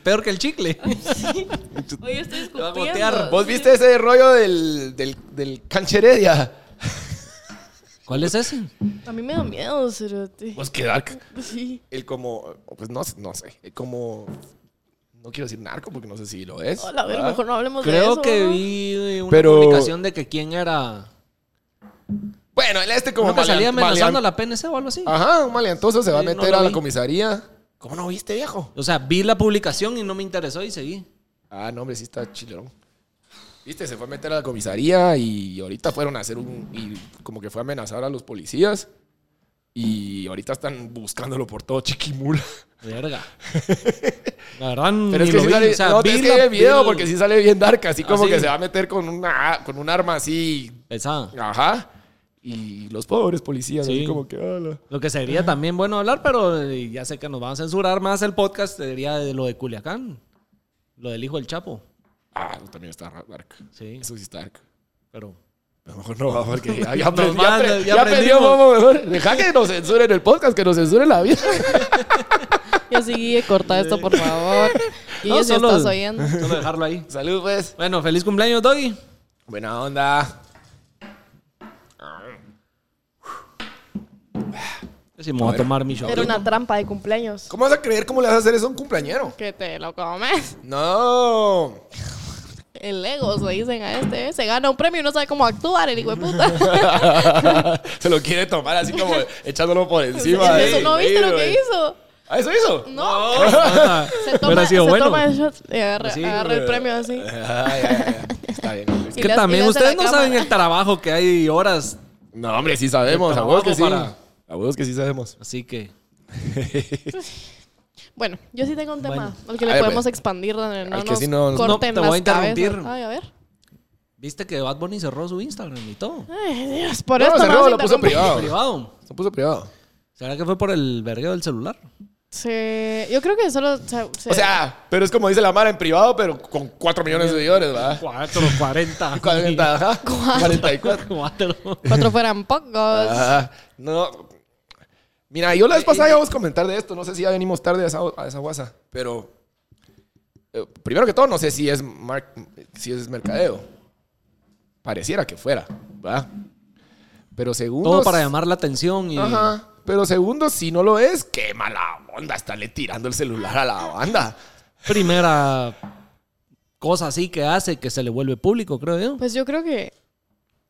Speaker 2: Peor que el chicle.
Speaker 1: Oye, estoy
Speaker 2: Te va
Speaker 1: escupiendo.
Speaker 2: a gotear.
Speaker 3: ¿Vos viste ese rollo del, del, del cancheredia?
Speaker 2: ¿Cuál es ese?
Speaker 1: A mí me da miedo, cerote.
Speaker 3: Pues qué dark.
Speaker 1: Sí.
Speaker 3: El como, pues no, no sé, el como, no quiero decir narco porque no sé si lo es.
Speaker 1: Hola, a ver,
Speaker 3: ¿verdad?
Speaker 1: mejor no hablemos de eso.
Speaker 2: Creo que
Speaker 1: ¿no?
Speaker 2: vi una
Speaker 3: Pero-
Speaker 2: publicación de que quién era.
Speaker 3: Bueno, el este como
Speaker 2: Como que salía
Speaker 3: malean-
Speaker 2: amenazando a
Speaker 3: malean-
Speaker 2: la PNC o algo así.
Speaker 3: Ajá, un maleantoso se va a
Speaker 2: Sí, no
Speaker 3: meter
Speaker 2: lo
Speaker 3: a la
Speaker 2: vi.
Speaker 3: comisaría. ¿Cómo no viste, viejo?
Speaker 2: O sea, vi la publicación y no me interesó y seguí.
Speaker 3: Ah, no, hombre, sí está chilón. Viste, se fue a meter a la comisaría y ahorita fueron a hacer un, y como que fue a amenazar a los policías. Y ahorita están buscándolo por todo Chiquimula.
Speaker 2: Verga. La verdad,
Speaker 3: Pero
Speaker 2: ni
Speaker 3: es que
Speaker 2: Mm, lo
Speaker 3: sí
Speaker 2: vi.
Speaker 3: sale,
Speaker 2: O sea,
Speaker 3: no,
Speaker 2: vi
Speaker 3: es que
Speaker 2: la-
Speaker 3: hay video
Speaker 2: vi la-
Speaker 3: porque sí sale bien dark, así como
Speaker 2: Ah, sí.
Speaker 3: que se va a meter con una con un arma así,
Speaker 2: Pesada.
Speaker 3: ajá. Y los pobres policías
Speaker 2: Sí.
Speaker 3: así como que "Ala".
Speaker 2: Lo que sería también bueno hablar, pero eh, ya sé que nos van a censurar más el podcast, eh, sería de lo de Culiacán, lo del hijo del Chapo.
Speaker 3: Ah, eso también está ra- dark.
Speaker 2: Sí,
Speaker 3: Eso sí está dark.
Speaker 2: pero
Speaker 3: Mejor no, va, porque ya, ya, aprendí,
Speaker 2: Nomás,
Speaker 3: ya, apre-
Speaker 2: ya
Speaker 3: ya aprendió,
Speaker 2: aprendimos.
Speaker 3: vamos, mejor. Deja que nos censuren el podcast, que nos censuren la vida.
Speaker 1: Y así, Guille, eh, corta esto, por favor. Guille,
Speaker 2: No,
Speaker 1: si estás oyendo.
Speaker 2: solo dejarlo ahí.
Speaker 3: Salud, pues.
Speaker 2: Bueno, feliz cumpleaños, Doggy.
Speaker 3: Buena onda.
Speaker 2: Sí, me voy a tomar mi shot.
Speaker 1: Era una trampa de cumpleaños.
Speaker 3: ¿Cómo vas a creer cómo le vas a hacer eso a un cumpleañero?
Speaker 1: Que te lo comes.
Speaker 3: No.
Speaker 1: El ego, se dicen a este. ¿eh? Se gana un premio y no sabe cómo actuar, el hijo de puta.
Speaker 3: Se lo quiere tomar así como echándolo por encima.
Speaker 1: Eso no
Speaker 3: ahí,
Speaker 1: viste lo que
Speaker 3: güey.
Speaker 1: hizo.
Speaker 3: ¿Ah, eso hizo?
Speaker 1: No.
Speaker 2: Ah,
Speaker 1: Se toma,
Speaker 2: Hubiera sido
Speaker 1: se
Speaker 2: bueno.
Speaker 1: toma el shot y agarra,
Speaker 2: Sí. eh,
Speaker 1: agarra el premio así.
Speaker 3: Ay, ay, ay. Está bien.
Speaker 2: Es
Speaker 1: Y
Speaker 2: que
Speaker 1: le hace- y
Speaker 2: también
Speaker 1: le hace
Speaker 2: ustedes
Speaker 1: la
Speaker 2: no saben
Speaker 1: cámara.
Speaker 2: el trabajo que hay y horas.
Speaker 3: No, hombre, sí sabemos.
Speaker 2: El
Speaker 3: A vos que sí.
Speaker 2: trabajo
Speaker 3: A vos que sí sabemos.
Speaker 2: Así que.
Speaker 1: Bueno, yo sí tengo un tema al que
Speaker 3: A
Speaker 1: le
Speaker 3: ver,
Speaker 1: podemos
Speaker 3: pues.
Speaker 1: expandir. No, no,
Speaker 3: que
Speaker 1: nos
Speaker 3: sí no- no,
Speaker 1: corten
Speaker 2: te voy a
Speaker 1: las
Speaker 2: interrumpir.
Speaker 1: cabezas. Ay, a ver.
Speaker 2: ¿Viste que Bad Bunny cerró su Instagram y todo?
Speaker 1: Ay, Dios, por
Speaker 3: No,
Speaker 1: esto me
Speaker 3: cerró,
Speaker 1: vas a
Speaker 3: lo puso
Speaker 1: interrumpir.
Speaker 3: privado.
Speaker 2: Privado.
Speaker 3: Lo puso privado.
Speaker 2: ¿Será que fue por el vergueo del celular?
Speaker 1: Sí, yo creo que solo. se- se-
Speaker 3: O sea, pero es como dice la Mara en privado, pero con 4 millones de seguidores, ¿verdad?
Speaker 2: 4, 40.
Speaker 3: 40, ajá. 44.
Speaker 2: 4.
Speaker 1: cuatro fueran pocos.
Speaker 3: Ah, no. Mira, yo la
Speaker 2: Eh,
Speaker 3: vez pasada íbamos a comentar de esto. No sé si ya venimos tarde a esa, a esa guasa. Pero. eh, primero que todo, no sé si es, mar- si es mercadeo. Pareciera que fuera, ¿verdad? Pero segundo.
Speaker 2: Todo para llamar la atención y.
Speaker 3: Ajá. Pero segundo, si no lo es, qué mala onda. Estarle tirando el celular a la banda.
Speaker 2: Primera cosa así que hace que se le vuelve público, creo yo.
Speaker 1: Pues yo creo que.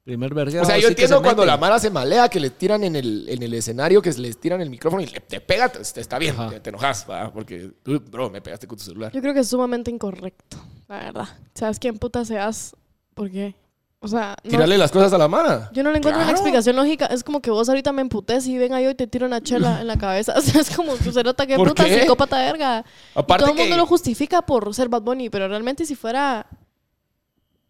Speaker 2: Primer vergueo.
Speaker 3: O sea, yo
Speaker 2: así que se
Speaker 3: entiendo cuando
Speaker 2: mete.
Speaker 3: la Mara se malea que le tiran en el, en el escenario, que les tiran el micrófono y le, te pega, te- está bien,
Speaker 2: Ajá.
Speaker 3: te, te enojas, ¿verdad? porque, "Uy, bro, me pegaste con tu celular.
Speaker 1: Yo creo que es sumamente incorrecto, la verdad. ¿Sabes quién puta seas? ¿Por qué? O sea, no-
Speaker 3: Tirarle las cosas a la Mara.
Speaker 1: yo no le encuentro una
Speaker 3: Claro.
Speaker 1: explicación lógica. Es como que vos ahorita me emputes y venga yo y te tiro una chela en la cabeza. O sea, es como que se nota que
Speaker 3: ¿Por
Speaker 1: puta
Speaker 3: qué?
Speaker 1: psicópata verga. Y
Speaker 3: Aparte
Speaker 1: todo el mundo
Speaker 3: que-
Speaker 1: lo justifica por ser Bad Bunny, pero realmente si fuera.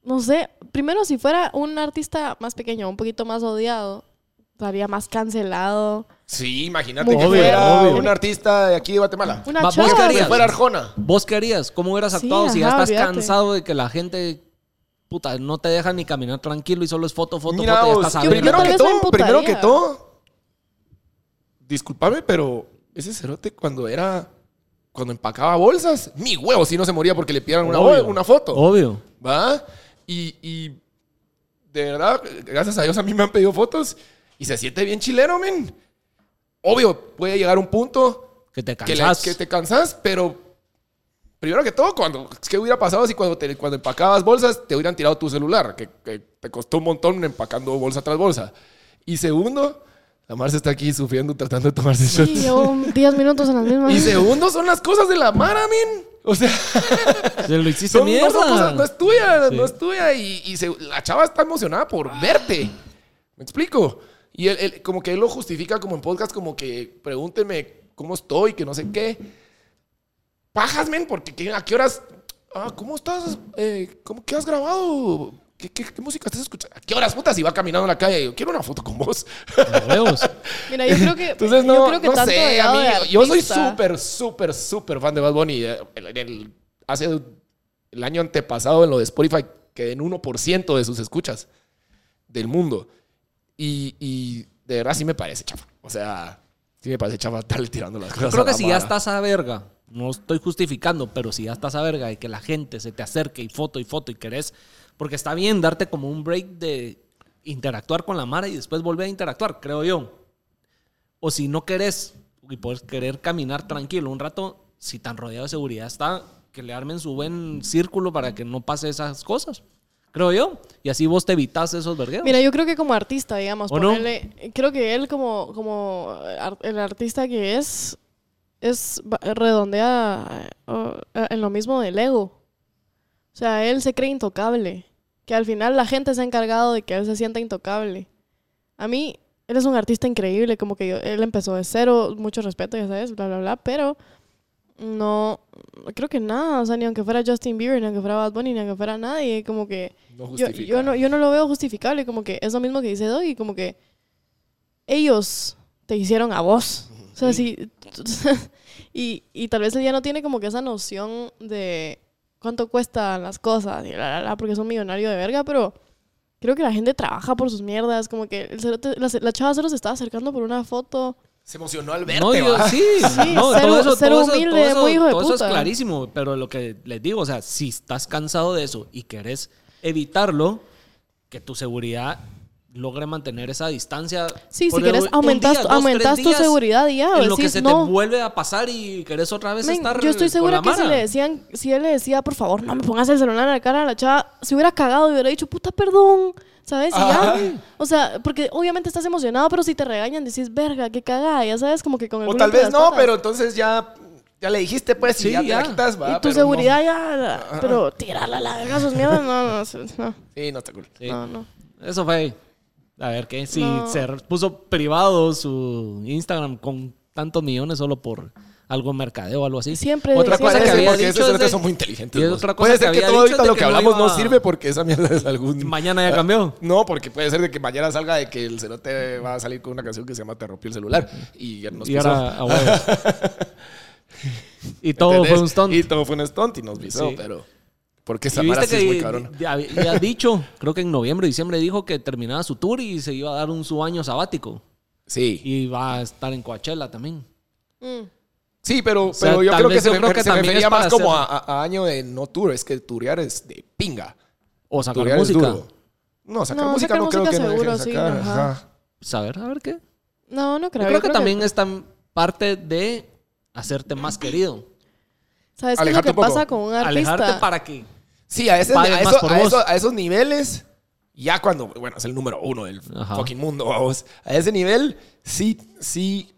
Speaker 1: No sé, primero si fuera un artista más pequeño, un poquito más odiado, estaría más cancelado.
Speaker 3: Sí, imagínate
Speaker 1: Muy
Speaker 3: que
Speaker 1: obvio,
Speaker 3: fuera
Speaker 2: obvio.
Speaker 3: un artista de aquí de Guatemala.
Speaker 1: Una
Speaker 2: Va,
Speaker 1: chava,
Speaker 2: vos
Speaker 3: Que
Speaker 2: querías.
Speaker 3: fuera Arjona.
Speaker 2: ¿Vos qué harías? ¿Cómo hubieras
Speaker 1: Sí,
Speaker 2: actuado si ya
Speaker 1: ajá,
Speaker 2: estás
Speaker 1: olvídate.
Speaker 2: cansado de que la gente, puta, no te deja ni caminar tranquilo y solo es foto, foto,
Speaker 3: Mira,
Speaker 2: foto y ya
Speaker 3: vos,
Speaker 2: estás
Speaker 1: Yo-
Speaker 2: adentro?
Speaker 3: primero
Speaker 1: tal
Speaker 3: que
Speaker 1: vez me
Speaker 3: todo, primero que
Speaker 1: emputaría.
Speaker 3: todo, discúlpame, pero ese cerote cuando era, cuando empacaba bolsas, mi huevo si no se moría porque le pidieran una,
Speaker 2: Obvio.
Speaker 3: una foto.
Speaker 2: Obvio.
Speaker 3: ¿va? Y, y de verdad, gracias a Dios a mí me han pedido fotos y se siente bien chileno, men. Obvio, puede llegar un punto
Speaker 2: Que te
Speaker 3: que, le-
Speaker 2: cansas.
Speaker 3: que te cansas, pero primero que todo, cuando, ¿qué hubiera pasado si cuando, te- cuando empacabas bolsas te hubieran tirado tu celular? Que, que te costó un montón empacando bolsa tras bolsa. Y segundo, la Marce está aquí sufriendo tratando de tomarse shots.
Speaker 1: Sí, llevo 10 minutos en las mismas.
Speaker 3: Y segundo, son las cosas de la Mara, men. O sea...
Speaker 2: Se lo hiciste
Speaker 3: Son-
Speaker 2: mierda.
Speaker 3: No, son cosas- no es tuya,
Speaker 2: Sí.
Speaker 3: no es tuya. Y, y se- la chava está emocionada por verte. ¿Me explico? Y él, él- como que él lo justifica como en podcast, como que pregúntenme cómo estoy, que no sé qué. Pajas, men, porque ¿qué- a qué horas... Ah, ¿cómo estás? Eh, ¿cómo, ¿Qué has grabado? ¿Qué, qué, qué música estás escuchando? ¿A qué horas, puta? Si va caminando en la calle, yo quiero una foto con vos.
Speaker 2: Los huevos.
Speaker 1: Mira, yo creo que.
Speaker 3: Entonces, no,
Speaker 1: yo creo que
Speaker 3: no
Speaker 1: tanto
Speaker 3: sé,
Speaker 1: odiado de
Speaker 3: amigo. Yo soy
Speaker 1: artista-
Speaker 3: súper, súper, súper fan de Bad Bunny. Eh, el- el- el- hace el año antepasado en lo de Spotify quedé en 1% de sus escuchas del mundo. Y, y de verdad sí me parece chafa. O sea, sí me parece chafa estarle tirando las cosas.
Speaker 2: Creo
Speaker 3: a
Speaker 2: que
Speaker 3: la
Speaker 2: si ya
Speaker 3: mara.
Speaker 2: estás a verga, no estoy justificando, pero si ya estás a verga y que la gente se te acerque y foto y foto y querés, porque está bien darte como un break de interactuar con la Mara y después volver a interactuar, creo yo. O si no querés y podés querer caminar tranquilo un rato, si tan rodeado de seguridad está, que le armen su buen círculo para que no pase esas cosas, creo yo. Y así vos te evitas esos vergueros.
Speaker 1: Mira, yo creo que como artista, digamos,
Speaker 2: ¿O no?
Speaker 1: ponerle- creo que él como, como ar- el artista que es, es ba- redondea eh, o- eh, en lo mismo del ego. O sea, él se cree intocable. Que al final la gente se ha encargado de que él se sienta intocable. A mí, él es un artista increíble, como que yo- él empezó de cero, mucho respeto, ya sabes, bla, bla, bla, pero no, creo que nada, o sea, ni aunque fuera Justin Bieber, ni aunque fuera Bad Bunny, ni aunque fuera nadie, como que
Speaker 3: No
Speaker 1: yo,
Speaker 3: justifica.
Speaker 1: yo no, yo no lo veo justificable, como que es lo mismo que dice Doggy, como que ellos te hicieron a vos. O sea, sí. y, y tal vez él ya no tiene como que esa noción de cuánto cuestan las cosas, y la, la, la, porque es un millonario de verga, pero Creo que la gente trabaja por sus mierdas. Como que el cerote- la, la chava solo se estaba acercando por una foto.
Speaker 3: Se emocionó al verte,
Speaker 2: no, yo-
Speaker 3: ¿va?
Speaker 2: sí,
Speaker 1: Sí,
Speaker 2: no,
Speaker 1: ser-
Speaker 2: todo eso,
Speaker 1: ser
Speaker 2: todo eso-
Speaker 1: humilde,
Speaker 2: todo eso-
Speaker 1: muy hijo de
Speaker 2: todo eso
Speaker 1: puta.
Speaker 2: es clarísimo, pero lo que les digo, o sea, si estás cansado de eso y querés evitarlo, que tu seguridad logre mantener esa distancia.
Speaker 1: Sí, si
Speaker 2: Ponle
Speaker 1: quieres
Speaker 2: un- un
Speaker 1: aumentas,
Speaker 2: día, dos,
Speaker 1: aumentas
Speaker 2: tres
Speaker 1: tu
Speaker 2: días
Speaker 1: seguridad y ya.
Speaker 2: En lo que
Speaker 1: decís,
Speaker 2: se
Speaker 1: no.
Speaker 2: te vuelve a pasar y querés otra vez
Speaker 1: Men,
Speaker 2: estar.
Speaker 1: yo estoy
Speaker 2: con
Speaker 1: segura
Speaker 2: la
Speaker 1: que si
Speaker 2: mara.
Speaker 1: le decían, si él le decía, por favor, no me pongas el celular en la cara a la chava, se hubiera cagado y hubiera dicho, puta, perdón, ¿sabes? Y ya. O sea, porque obviamente estás emocionado, pero si te regañan, decís, verga, qué cagada, ya sabes, como que con el
Speaker 3: O
Speaker 1: culo
Speaker 3: tal
Speaker 1: entre
Speaker 3: vez
Speaker 1: las
Speaker 3: no,
Speaker 1: patas.
Speaker 3: pero entonces ya, ya le dijiste, pues, y
Speaker 2: Sí,
Speaker 3: ya, te la
Speaker 2: ya.
Speaker 3: quitas, va.
Speaker 1: Y tu
Speaker 3: pero
Speaker 1: seguridad ya, la- pero tirarla a la verga sus mierdas, no, no, se- no,
Speaker 3: No. Sí, no está cool.
Speaker 2: Sí.
Speaker 1: no, no.
Speaker 2: Eso fue. A ver qué. Si
Speaker 1: No.
Speaker 2: se puso privado su Instagram con tantos millones solo por algo mercadeo o algo así.
Speaker 1: Siempre-
Speaker 2: Otra
Speaker 1: siempre-
Speaker 2: cosa
Speaker 1: Sí,
Speaker 2: que había
Speaker 3: porque
Speaker 2: dicho
Speaker 3: esos
Speaker 2: es de-
Speaker 3: son muy inteligentes.
Speaker 2: y es
Speaker 3: vos.
Speaker 2: otra cosa
Speaker 3: puede
Speaker 2: que
Speaker 3: ser que,
Speaker 2: había
Speaker 3: todo
Speaker 2: dicho
Speaker 3: ahorita
Speaker 2: de
Speaker 3: lo
Speaker 2: que
Speaker 3: que,
Speaker 2: no
Speaker 3: hablamos no
Speaker 2: iba-
Speaker 3: sirve porque esa mierda es algún...
Speaker 2: Mañana ya cambió.
Speaker 3: No, porque puede ser de que mañana salga de que el cerote va a salir con una canción que se llama Te rompió el celular. Y ya nos
Speaker 2: Y
Speaker 3: pisó.
Speaker 2: ahora a huevos. y todo
Speaker 3: ¿Entendés?
Speaker 2: fue un stunt.
Speaker 3: Y todo fue un stunt y nos pisó,
Speaker 2: Sí.
Speaker 3: pero... Porque esa
Speaker 2: Y
Speaker 3: mara
Speaker 2: viste
Speaker 3: sí es muy
Speaker 2: que
Speaker 3: cabrón.
Speaker 2: ya, ya dicho, creo que en noviembre, diciembre dijo que terminaba su tour y se iba a dar un su año sabático.
Speaker 3: Sí.
Speaker 2: Y va a estar en Coachella también.
Speaker 1: Mm.
Speaker 3: Sí, pero,
Speaker 2: sea,
Speaker 3: pero yo
Speaker 2: tal
Speaker 3: creo que
Speaker 2: vez
Speaker 3: se,
Speaker 2: yo
Speaker 3: me-
Speaker 2: creo que
Speaker 3: se
Speaker 2: también
Speaker 3: refería
Speaker 2: es para
Speaker 3: más como a,
Speaker 2: hacer-
Speaker 3: a- a año de no tour. Es que turear es de pinga.
Speaker 2: O sacar
Speaker 3: Turear es
Speaker 2: música.
Speaker 3: duro. No, sacar
Speaker 1: No,
Speaker 3: música
Speaker 1: sacar
Speaker 3: no creo
Speaker 1: música
Speaker 3: que no dejen de
Speaker 1: seguro, sí,
Speaker 3: sacar,
Speaker 1: ajá.
Speaker 3: ajá.
Speaker 2: Saber, a ver qué.
Speaker 1: No, no creo.
Speaker 2: Yo creo que también es tan parte de hacerte más querido.
Speaker 1: ¿Sabes qué es lo
Speaker 3: Alejarte
Speaker 1: que
Speaker 3: un poco.
Speaker 1: pasa con un artista?
Speaker 2: Alejarte para que.
Speaker 3: Sí, a, ese-
Speaker 2: Paguen
Speaker 3: a,
Speaker 2: más
Speaker 3: eso-
Speaker 2: por
Speaker 3: a
Speaker 2: vos.
Speaker 3: eso- a esos niveles, ya cuando, bueno, es el número uno del
Speaker 2: Ajá.
Speaker 3: fucking mundo, vamos. A ese nivel, sí, sí,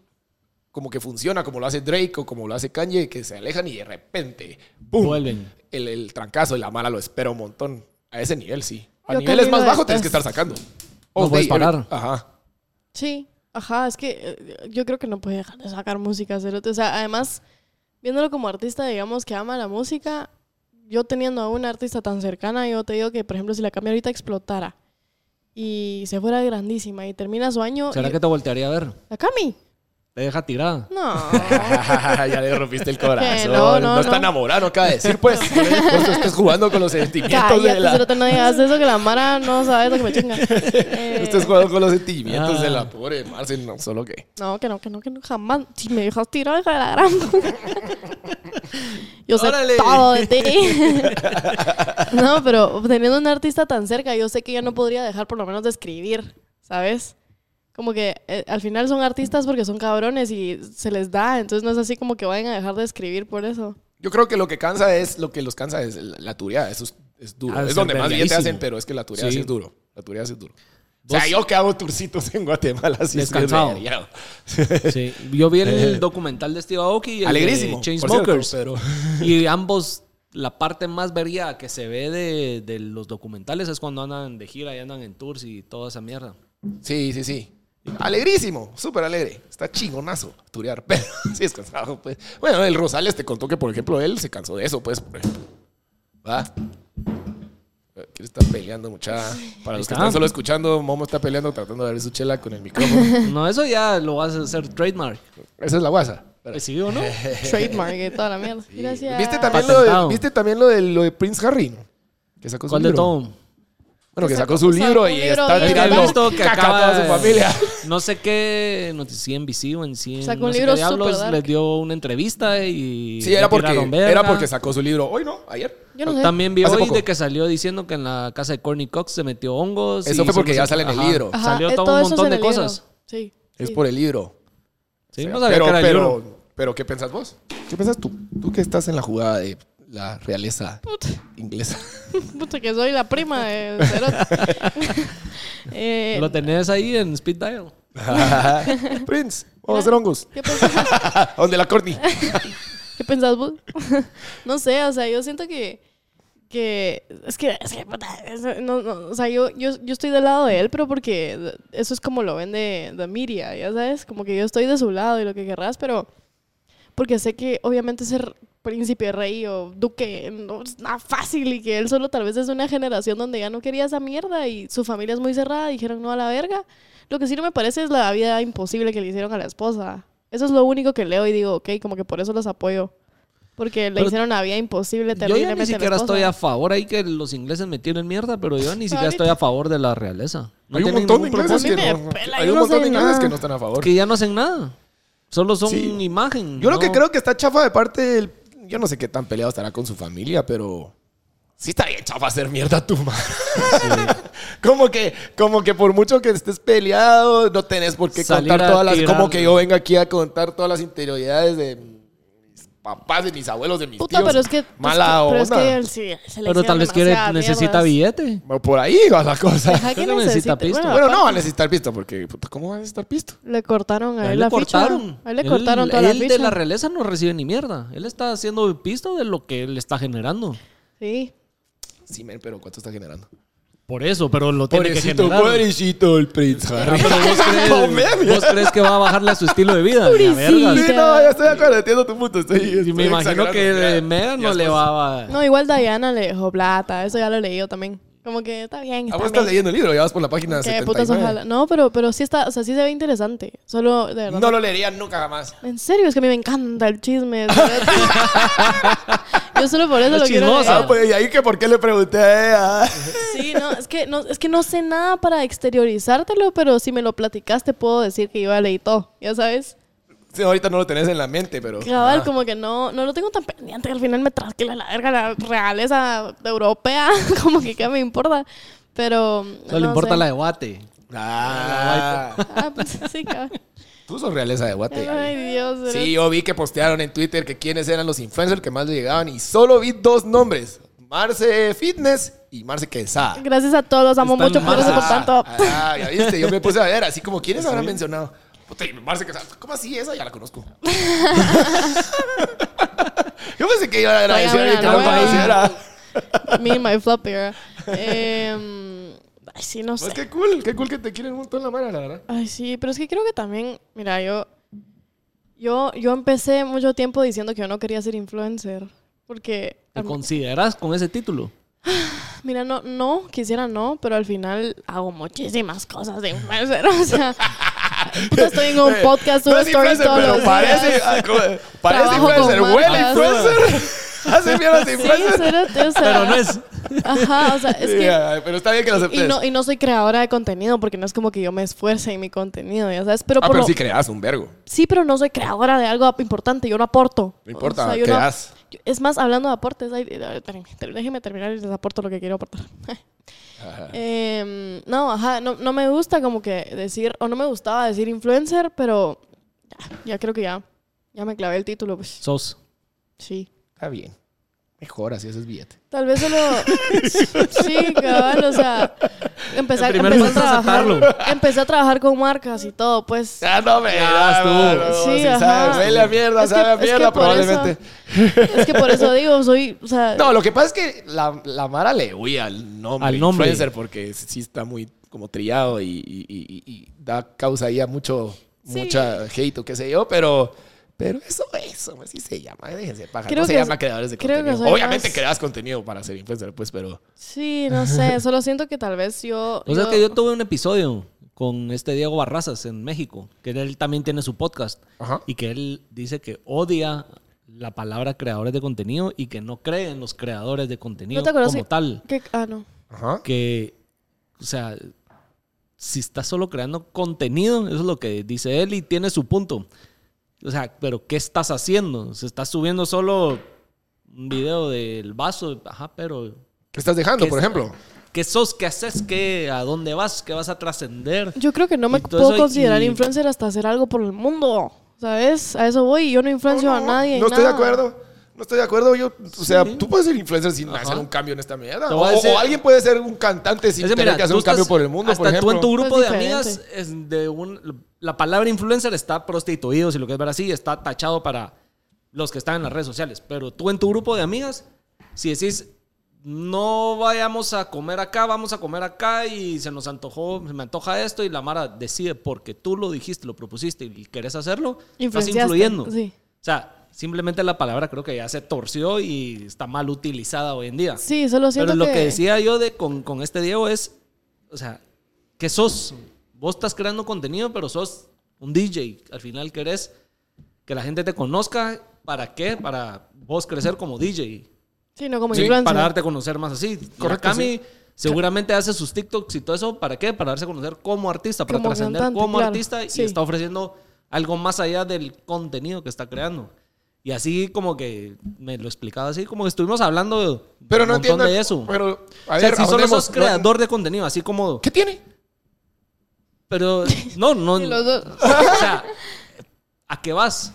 Speaker 3: como que funciona, como lo hace Drake o como lo hace Kanye, que se alejan y de repente, ¡pum!
Speaker 2: Vuelven.
Speaker 3: El, el trancazo de la mala lo espera un montón. A ese nivel, sí. A
Speaker 1: Yo
Speaker 3: niveles
Speaker 1: camino
Speaker 3: más
Speaker 1: de
Speaker 3: bajos tienes
Speaker 1: estas.
Speaker 3: que estar sacando.
Speaker 2: No puedes
Speaker 3: All day,
Speaker 2: parar.
Speaker 3: every- Ajá.
Speaker 1: Sí, ajá, es que eh, yo creo que no puede dejar de sacar música, cerote. O sea, además, viéndolo como artista, digamos, que ama la música, yo teniendo a una artista tan cercana, yo te digo que, por ejemplo, si la cambia ahorita explotara y se fuera grandísima y termina su año...
Speaker 2: ¿Será
Speaker 1: y-
Speaker 2: que te voltearía a ver?
Speaker 1: ¿La Cami?
Speaker 2: Te deja tirada.
Speaker 1: No.
Speaker 3: ya le rompiste el corazón.
Speaker 1: no,
Speaker 3: No,
Speaker 1: no,
Speaker 3: está
Speaker 1: no.
Speaker 3: enamorado, no acaba de decir, pues. Por eso estás jugando con los sentimientos de
Speaker 1: Cállate,
Speaker 3: la.
Speaker 1: cerote, no digas eso, que la Mara no sabe lo que me chinga. Eh,
Speaker 3: Estás jugando con los sentimientos
Speaker 2: Ah.
Speaker 3: de la pobre Marcel, no, solo que.
Speaker 1: No, que no, que no, que no, jamás. Si me dejas tirar, hija de la gran. Yo sé
Speaker 2: Órale.
Speaker 1: todo de ti. no, pero teniendo un artista tan cerca, yo sé que ya no podría dejar por lo menos de escribir, ¿sabes? Como que eh, al final son artistas porque son cabrones y se les da, entonces no es así como que vayan a dejar de escribir por eso.
Speaker 3: Yo creo que lo que cansa es, lo que los cansa es la, la tureada, eso es, es duro.
Speaker 2: Ha de
Speaker 3: es
Speaker 2: ser
Speaker 3: donde más bien te
Speaker 2: verguísimo.
Speaker 3: hacen, pero es que la tureada
Speaker 2: Sí.
Speaker 3: sí es duro. La tureada sí es duro. O sea,
Speaker 2: Vos-
Speaker 3: yo que hago turcitos en Guatemala, sí es
Speaker 2: Descansado.
Speaker 3: vergueado.
Speaker 2: Sí. Yo vi el documental de Steve Aoki y el
Speaker 3: Eh. Alegrísimo.
Speaker 2: de
Speaker 3: por cierto,
Speaker 2: Chainsmokers.
Speaker 3: pero-
Speaker 2: Y ambos, la parte más vería que se ve de, de los documentales es cuando andan de gira y andan en tours y toda esa mierda.
Speaker 3: Sí, sí, sí. Alegrísimo, súper alegre. Está chingonazo turear, pero sí es cansado, pues. Bueno, el Rosales te contó que, por ejemplo, él se cansó de eso, pues. por ejemplo. ¿Va? Eh, ¿Quién está peleando, muchacha? Para los
Speaker 2: Ahí está.
Speaker 3: que están solo escuchando, Momo está peleando tratando de abrir su chela con el micrófono.
Speaker 2: No, eso ya lo vas a hacer trademark.
Speaker 3: Esa es la guasa. Espera.
Speaker 2: Pues ¿Sí o no?
Speaker 1: Trademark y toda la mierda. Gracias.
Speaker 3: ¿Viste también, lo de,
Speaker 2: Patentado.
Speaker 3: ¿Viste también lo de, lo de Prince Harry? no? Que sacó su
Speaker 2: ¿Cuál de
Speaker 3: libro.
Speaker 2: todo?
Speaker 3: Bueno, que
Speaker 1: Sacó-
Speaker 3: sacó su
Speaker 1: sacó
Speaker 3: libro
Speaker 1: un
Speaker 3: y
Speaker 1: libro
Speaker 3: está
Speaker 1: bien.
Speaker 2: He
Speaker 3: tirando
Speaker 2: visto que
Speaker 3: caca a
Speaker 2: acaba
Speaker 3: toda su familia.
Speaker 2: No sé qué noticia en VC o en 100.
Speaker 1: Sacó
Speaker 2: no
Speaker 1: un
Speaker 2: sé
Speaker 1: libro
Speaker 2: qué diablos,
Speaker 1: super dark.
Speaker 2: les dio una entrevista y.
Speaker 3: Sí, era
Speaker 2: le
Speaker 3: porque,
Speaker 2: tiraron verga.
Speaker 3: era porque sacó su libro hoy, ¿no? Ayer.
Speaker 1: Yo no sé.
Speaker 2: También vi
Speaker 3: Hace
Speaker 2: hoy
Speaker 3: poco.
Speaker 2: de que salió diciendo que en la casa de Corny Cox se metió hongos.
Speaker 3: Eso
Speaker 2: y
Speaker 3: fue porque
Speaker 2: solo
Speaker 3: ya
Speaker 2: se-
Speaker 3: sale en el
Speaker 2: Ajá,
Speaker 3: libro.
Speaker 1: Ajá,
Speaker 2: Salió
Speaker 1: eh,
Speaker 2: todo un
Speaker 1: eso es
Speaker 2: montón
Speaker 1: en
Speaker 2: de
Speaker 1: el libro.
Speaker 2: cosas.
Speaker 1: Sí.
Speaker 3: Es
Speaker 1: sí.
Speaker 3: por el libro.
Speaker 2: Sí,
Speaker 3: O sea,
Speaker 2: no sabía que era el libro.
Speaker 3: pero, ¿qué piensas vos? ¿Qué piensas tú? Tú que estás en la jugada de la realeza
Speaker 1: Puta.
Speaker 3: inglesa.
Speaker 1: Puta, que soy la prima de Cerote. Eh,
Speaker 2: Lo tenés ahí en Speed Dial.
Speaker 3: Prince, vamos a hacer hongos.
Speaker 1: ¿Qué pensás?
Speaker 3: ¿Dónde la Courtney?
Speaker 1: ¿Qué pensás vos? no sé, o sea, yo siento que. que es que. Es que puta, es- no, no, o sea, yo, yo, yo estoy del lado de él, pero porque eso es como lo vende The Media, ya sabes. Como que yo estoy de su lado y lo que querrás, pero. Porque sé que obviamente ser príncipe, rey o duque no es nada fácil y que él solo tal vez es de una generación donde ya no quería esa mierda y su familia es muy cerrada, dijeron no a la verga. Lo que sí no me parece es la vida imposible que le hicieron a la esposa. Eso es lo único que leo y digo, ok, como que por eso los apoyo. Porque le
Speaker 2: Pero-
Speaker 1: hicieron una vida imposible
Speaker 2: Yo ya
Speaker 1: terriblemente. a
Speaker 2: ni
Speaker 1: la
Speaker 2: siquiera
Speaker 1: esposa.
Speaker 2: estoy a favor ahí que los ingleses me tienen mierda, pero yo ni siquiera
Speaker 1: Ahorita.
Speaker 2: estoy a favor de la realeza. No
Speaker 3: hay un
Speaker 2: tienen
Speaker 3: montón de
Speaker 2: ningún
Speaker 3: ingleses
Speaker 1: propósito.
Speaker 3: que
Speaker 1: A mí
Speaker 3: no,
Speaker 1: me pela,
Speaker 3: hay
Speaker 1: yo
Speaker 3: un
Speaker 1: no
Speaker 3: montón
Speaker 1: sé
Speaker 3: de ingleses
Speaker 1: nada.
Speaker 3: que no están a favor.
Speaker 2: que ya no hacen nada. Solo son
Speaker 3: Sí.
Speaker 2: imagen.
Speaker 3: Yo lo que
Speaker 2: no-
Speaker 3: creo que está chafa de parte del... Yo no sé qué tan peleado estará con su familia, pero... Sí está bien chafa hacer mierda a tu madre. como, que, como que por mucho que estés peleado, no tenés por qué
Speaker 2: Salir
Speaker 3: contar
Speaker 2: a
Speaker 3: todas las...
Speaker 2: tirar-
Speaker 3: Como que yo venga aquí a contar todas las interioridades de mis papás, de mis abuelos, de mis
Speaker 1: Puta,
Speaker 3: tíos.
Speaker 1: pero es que.
Speaker 3: Mala
Speaker 1: pero
Speaker 3: onda.
Speaker 1: es que él sí, se le
Speaker 2: Pero tal
Speaker 1: hicieron
Speaker 2: vez quiere,
Speaker 1: demasiadas
Speaker 2: necesita
Speaker 1: mierdas.
Speaker 2: billete.
Speaker 3: Bueno, Por ahí va la cosa.
Speaker 1: Ajá, que
Speaker 2: Creo que necesita
Speaker 1: necesita
Speaker 2: pisto.
Speaker 1: Bueno,
Speaker 3: Bueno, no va a
Speaker 1: aparte,
Speaker 3: necesitar pisto, porque... puta, ¿Cómo va a necesitar pisto?
Speaker 1: Le cortaron a
Speaker 2: A
Speaker 1: él
Speaker 2: él
Speaker 1: la
Speaker 2: le
Speaker 1: ficha.
Speaker 2: cortaron.
Speaker 1: A él le cortaron toda la
Speaker 2: él de
Speaker 1: ficha.
Speaker 2: la realeza no recibe ni mierda. Él está haciendo pisto de lo que él está generando.
Speaker 1: Sí.
Speaker 3: Sí, men, pero ¿cuánto está generando?
Speaker 2: Por eso, pero lo tiene que
Speaker 3: Pobrecito,
Speaker 2: generar.
Speaker 3: pobrecito el Prince Harry.
Speaker 2: Pero ¿Vos crees, vos crees que va a bajarle a su estilo de vida?
Speaker 1: Pobrecito.
Speaker 2: La verga.
Speaker 3: Sí, no, ya estoy de acuerdo, entiendo tu punto. Estoy,
Speaker 2: Y
Speaker 3: estoy
Speaker 2: me imagino
Speaker 3: exagerando,
Speaker 2: que
Speaker 3: ya.
Speaker 2: eh, Megan no
Speaker 3: Ya
Speaker 2: le
Speaker 3: estás-
Speaker 2: va a...
Speaker 1: No, igual Diana le dejó plata. Eso ya lo he leído también. Como que está bien.
Speaker 3: Ah,
Speaker 1: Está
Speaker 3: vos estás
Speaker 1: bien.
Speaker 3: leyendo el libro, ya vas por la página
Speaker 1: Que putas
Speaker 3: 79.
Speaker 1: ojalá. No, pero, pero sí está, o sea, sí se ve interesante. Solo, de verdad.
Speaker 3: No lo leería nunca jamás.
Speaker 1: En serio, es que a mí me encanta el chisme. de verdad. Yo solo por eso
Speaker 2: Es
Speaker 1: lo quiero
Speaker 2: chismosa.
Speaker 1: leer.
Speaker 3: Ah, pues, ¿y ahí que por qué le pregunté a ella?
Speaker 1: Sí, no, es que no, es que no sé nada para exteriorizártelo, pero si me lo platicaste puedo decir que yo ya leí todo, ya sabes.
Speaker 3: Sí, ahorita no lo tenés en la mente, pero...
Speaker 1: Cabal,
Speaker 3: Ah.
Speaker 1: como que no, no lo tengo tan pendiente, al final me trasquila la verga la realeza europea, como que qué me importa, pero...
Speaker 2: Solo le
Speaker 1: no
Speaker 2: importa
Speaker 1: sé.
Speaker 2: la de Guate.
Speaker 3: Ah.
Speaker 1: Ah, pues sí, cabal.
Speaker 3: Tú sos realeza de Guate. Gaby.
Speaker 1: Ay, Dios. pero-
Speaker 3: Sí, yo vi que postearon en Twitter que quiénes eran los influencers que más le llegaban y solo vi dos nombres. Marce Fitness y Marce Quesada.
Speaker 1: Gracias a todos, los amo
Speaker 2: Están
Speaker 1: mucho, por
Speaker 2: más-
Speaker 1: eso por tanto.
Speaker 3: Ah, ya viste, yo me puse a ver, así como quiénes habrán mencionado. Puta, y Marce Quesada, ¿cómo así? Esa ya la conozco. yo pensé que iba a
Speaker 1: Oiga,
Speaker 3: agradecer a alguien que
Speaker 1: mira,
Speaker 3: no
Speaker 1: no, bueno.
Speaker 3: conociera.
Speaker 1: Me and my floppy. girl. Em, ay, sí, no sé.
Speaker 3: Pues qué cool, qué cool que te quieren un montón la mara, la verdad.
Speaker 1: Ay, sí, pero es que creo que también, mira, yo, yo, yo empecé mucho tiempo diciendo que yo no quería ser influencer. Porque,
Speaker 2: ¿Te
Speaker 1: al-
Speaker 2: consideras con ese título?
Speaker 1: mira, no, no, quisiera no, pero al final hago muchísimas cosas de influencer. O sea, puta, estoy en un podcast,
Speaker 3: Eh, No
Speaker 1: subo
Speaker 3: es
Speaker 1: stories
Speaker 3: influencer,
Speaker 1: todos
Speaker 3: pero
Speaker 1: los
Speaker 3: parece,
Speaker 1: días.
Speaker 3: ah, como- parece
Speaker 1: Trabajo con
Speaker 3: influencer, huele
Speaker 1: marcas.
Speaker 3: influencer. Hace mierda de
Speaker 1: Sí,
Speaker 3: influencer.
Speaker 1: espérate, o sea,
Speaker 2: Pero no es.
Speaker 1: Ajá, o sea, es que...
Speaker 3: Ya, pues. pero está bien que
Speaker 1: Y
Speaker 3: lo aceptes.
Speaker 1: no, y no soy creadora de contenido porque no es como que yo me esfuerce en mi contenido, ya sabes, pero
Speaker 3: ah,
Speaker 1: por
Speaker 3: pero
Speaker 1: lo-
Speaker 3: sí creas un vergo.
Speaker 1: Sí, pero no soy creadora de algo importante, yo no aporto.
Speaker 3: No importa,
Speaker 1: yo no-
Speaker 3: creas.
Speaker 1: yo- es más, hablando de aportes, ay, ay, espérenme, te- déjeme terminar y les aporto lo que quiero aportar. Em, no, ajá, no, no me gusta como que decir, o no me gustaba decir influencer, pero ya, ya creo que ya, ya me clavé el título, pues
Speaker 2: Sos.
Speaker 1: sí.
Speaker 3: Está bien. Mejor así haces billete.
Speaker 1: Tal vez solo. sí, cabal, o sea. Empecé,
Speaker 2: El primer
Speaker 1: empecé a
Speaker 2: paso es
Speaker 1: trabajar.
Speaker 2: aceptarlo.
Speaker 1: Empecé a trabajar con marcas y todo, pues.
Speaker 3: Ya no me
Speaker 2: Ya estuvo.
Speaker 1: Sí,
Speaker 3: sí,
Speaker 1: ajá.
Speaker 3: sabe, huele a mierda,
Speaker 1: Es que-
Speaker 3: sabe a
Speaker 1: es que
Speaker 3: mierda
Speaker 1: por eso-
Speaker 3: probablemente.
Speaker 1: Es que por eso digo, soy. O sea,
Speaker 3: No, lo que pasa es que la, la Mara le huye al nombre,
Speaker 2: Al nombre.
Speaker 3: influencer porque sí está muy como trillado y, y- y- y da causa ahí a mucho,
Speaker 1: Sí.
Speaker 3: mucha hate o qué sé yo, pero, pero eso, eso, así se llama, déjense paja.
Speaker 1: Creo
Speaker 3: no se
Speaker 1: que-
Speaker 3: llama creadores de
Speaker 1: creo que
Speaker 3: contenido.
Speaker 1: soy
Speaker 3: Obviamente
Speaker 1: más-
Speaker 3: creas contenido para ser influencer, pues, pero...
Speaker 1: Sí, no sé, solo siento que tal vez yo...
Speaker 2: O sea, es que yo tuve un episodio con este Diego Barrazas en México, que él también tiene su podcast,
Speaker 3: Ajá.
Speaker 2: y que él dice que odia la palabra creadores de contenido y que no cree en los creadores de contenido
Speaker 1: ¿No te acuerdas
Speaker 2: como
Speaker 1: que-
Speaker 2: tal.
Speaker 1: que- ah, no.
Speaker 3: Ajá.
Speaker 2: Que, o sea, si estás solo creando contenido, eso es lo que dice él y tiene su punto. O sea, pero ¿qué estás haciendo? Se estás subiendo solo un video del vaso, ajá, pero
Speaker 3: ¿Qué estás dejando,
Speaker 2: ¿Qué
Speaker 3: por
Speaker 2: es-
Speaker 3: ejemplo?
Speaker 2: ¿Qué sos? ¿Qué haces? ¿Qué? ¿A dónde vas? ¿Qué vas a trascender?
Speaker 1: Yo creo que no me
Speaker 2: Y todo
Speaker 1: puedo
Speaker 2: eso,
Speaker 1: considerar
Speaker 2: y-
Speaker 1: influencer hasta hacer algo por el mundo, ¿sabes? A eso voy, yo no influencio a nadie. y
Speaker 3: No estoy de
Speaker 1: nada.
Speaker 3: acuerdo. No estoy de acuerdo. Yo, o sea,
Speaker 2: Sí.
Speaker 3: tú puedes ser influencer sin
Speaker 2: Ajá.
Speaker 3: hacer un cambio en esta mierda.
Speaker 2: Te
Speaker 3: O,
Speaker 2: voy a decir-
Speaker 3: o alguien puede ser un cantante sin
Speaker 2: Es que,
Speaker 3: tener
Speaker 2: mira,
Speaker 3: que hacer
Speaker 2: tú
Speaker 3: un cambio
Speaker 2: estás-
Speaker 3: por el mundo,
Speaker 2: hasta
Speaker 3: por ejemplo.
Speaker 2: tú en tu
Speaker 1: Es
Speaker 2: grupo de amigas
Speaker 1: diferente.
Speaker 2: es de un... La palabra influencer está prostituido, si lo quieres ver así, está tachado para los que están en las redes sociales. Pero tú en tu grupo de amigas, si decís, no vayamos a comer acá, vamos a comer acá y se nos antojó, se me antoja esto y la Mara decide porque tú lo dijiste, lo propusiste y querés hacerlo, estás
Speaker 1: Influenciaste,
Speaker 2: influyendo.
Speaker 1: sí.
Speaker 2: O sea, simplemente la palabra creo que ya se torció y está mal utilizada hoy en día.
Speaker 1: Sí, solo siento
Speaker 2: Pero lo
Speaker 1: que...
Speaker 2: que, decía yo de con, con este Diego es, o sea, que sos, vos estás creando contenido, pero sos un DJ. Al final querés que la gente te conozca ¿Para qué? Para vos crecer como DJ.
Speaker 1: Sí, no como
Speaker 3: Sí,
Speaker 1: influencer.
Speaker 2: Para darte a conocer más así.
Speaker 3: Correcto,
Speaker 2: Correcto. Cami seguramente hace sus TikToks y todo eso. ¿Para qué? Para darse a conocer como artista, para
Speaker 1: Como
Speaker 2: trascender
Speaker 1: cantante,
Speaker 2: como
Speaker 1: claro.
Speaker 2: artista y
Speaker 1: Sí.
Speaker 2: está ofreciendo algo más allá del contenido que está creando. Y así como que me lo explicaba así, como que estuvimos hablando
Speaker 3: Pero
Speaker 2: un
Speaker 3: no
Speaker 2: montón
Speaker 3: entiendo.
Speaker 2: de eso.
Speaker 3: Pero, a
Speaker 2: O
Speaker 3: ver,
Speaker 2: sea, si solo
Speaker 3: ahondemos,
Speaker 2: sos
Speaker 3: no-
Speaker 2: creador de contenido, así como...
Speaker 3: ¿Qué tiene?
Speaker 2: Pero no, no...
Speaker 1: Y los dos-
Speaker 2: o sea, ¿a qué vas?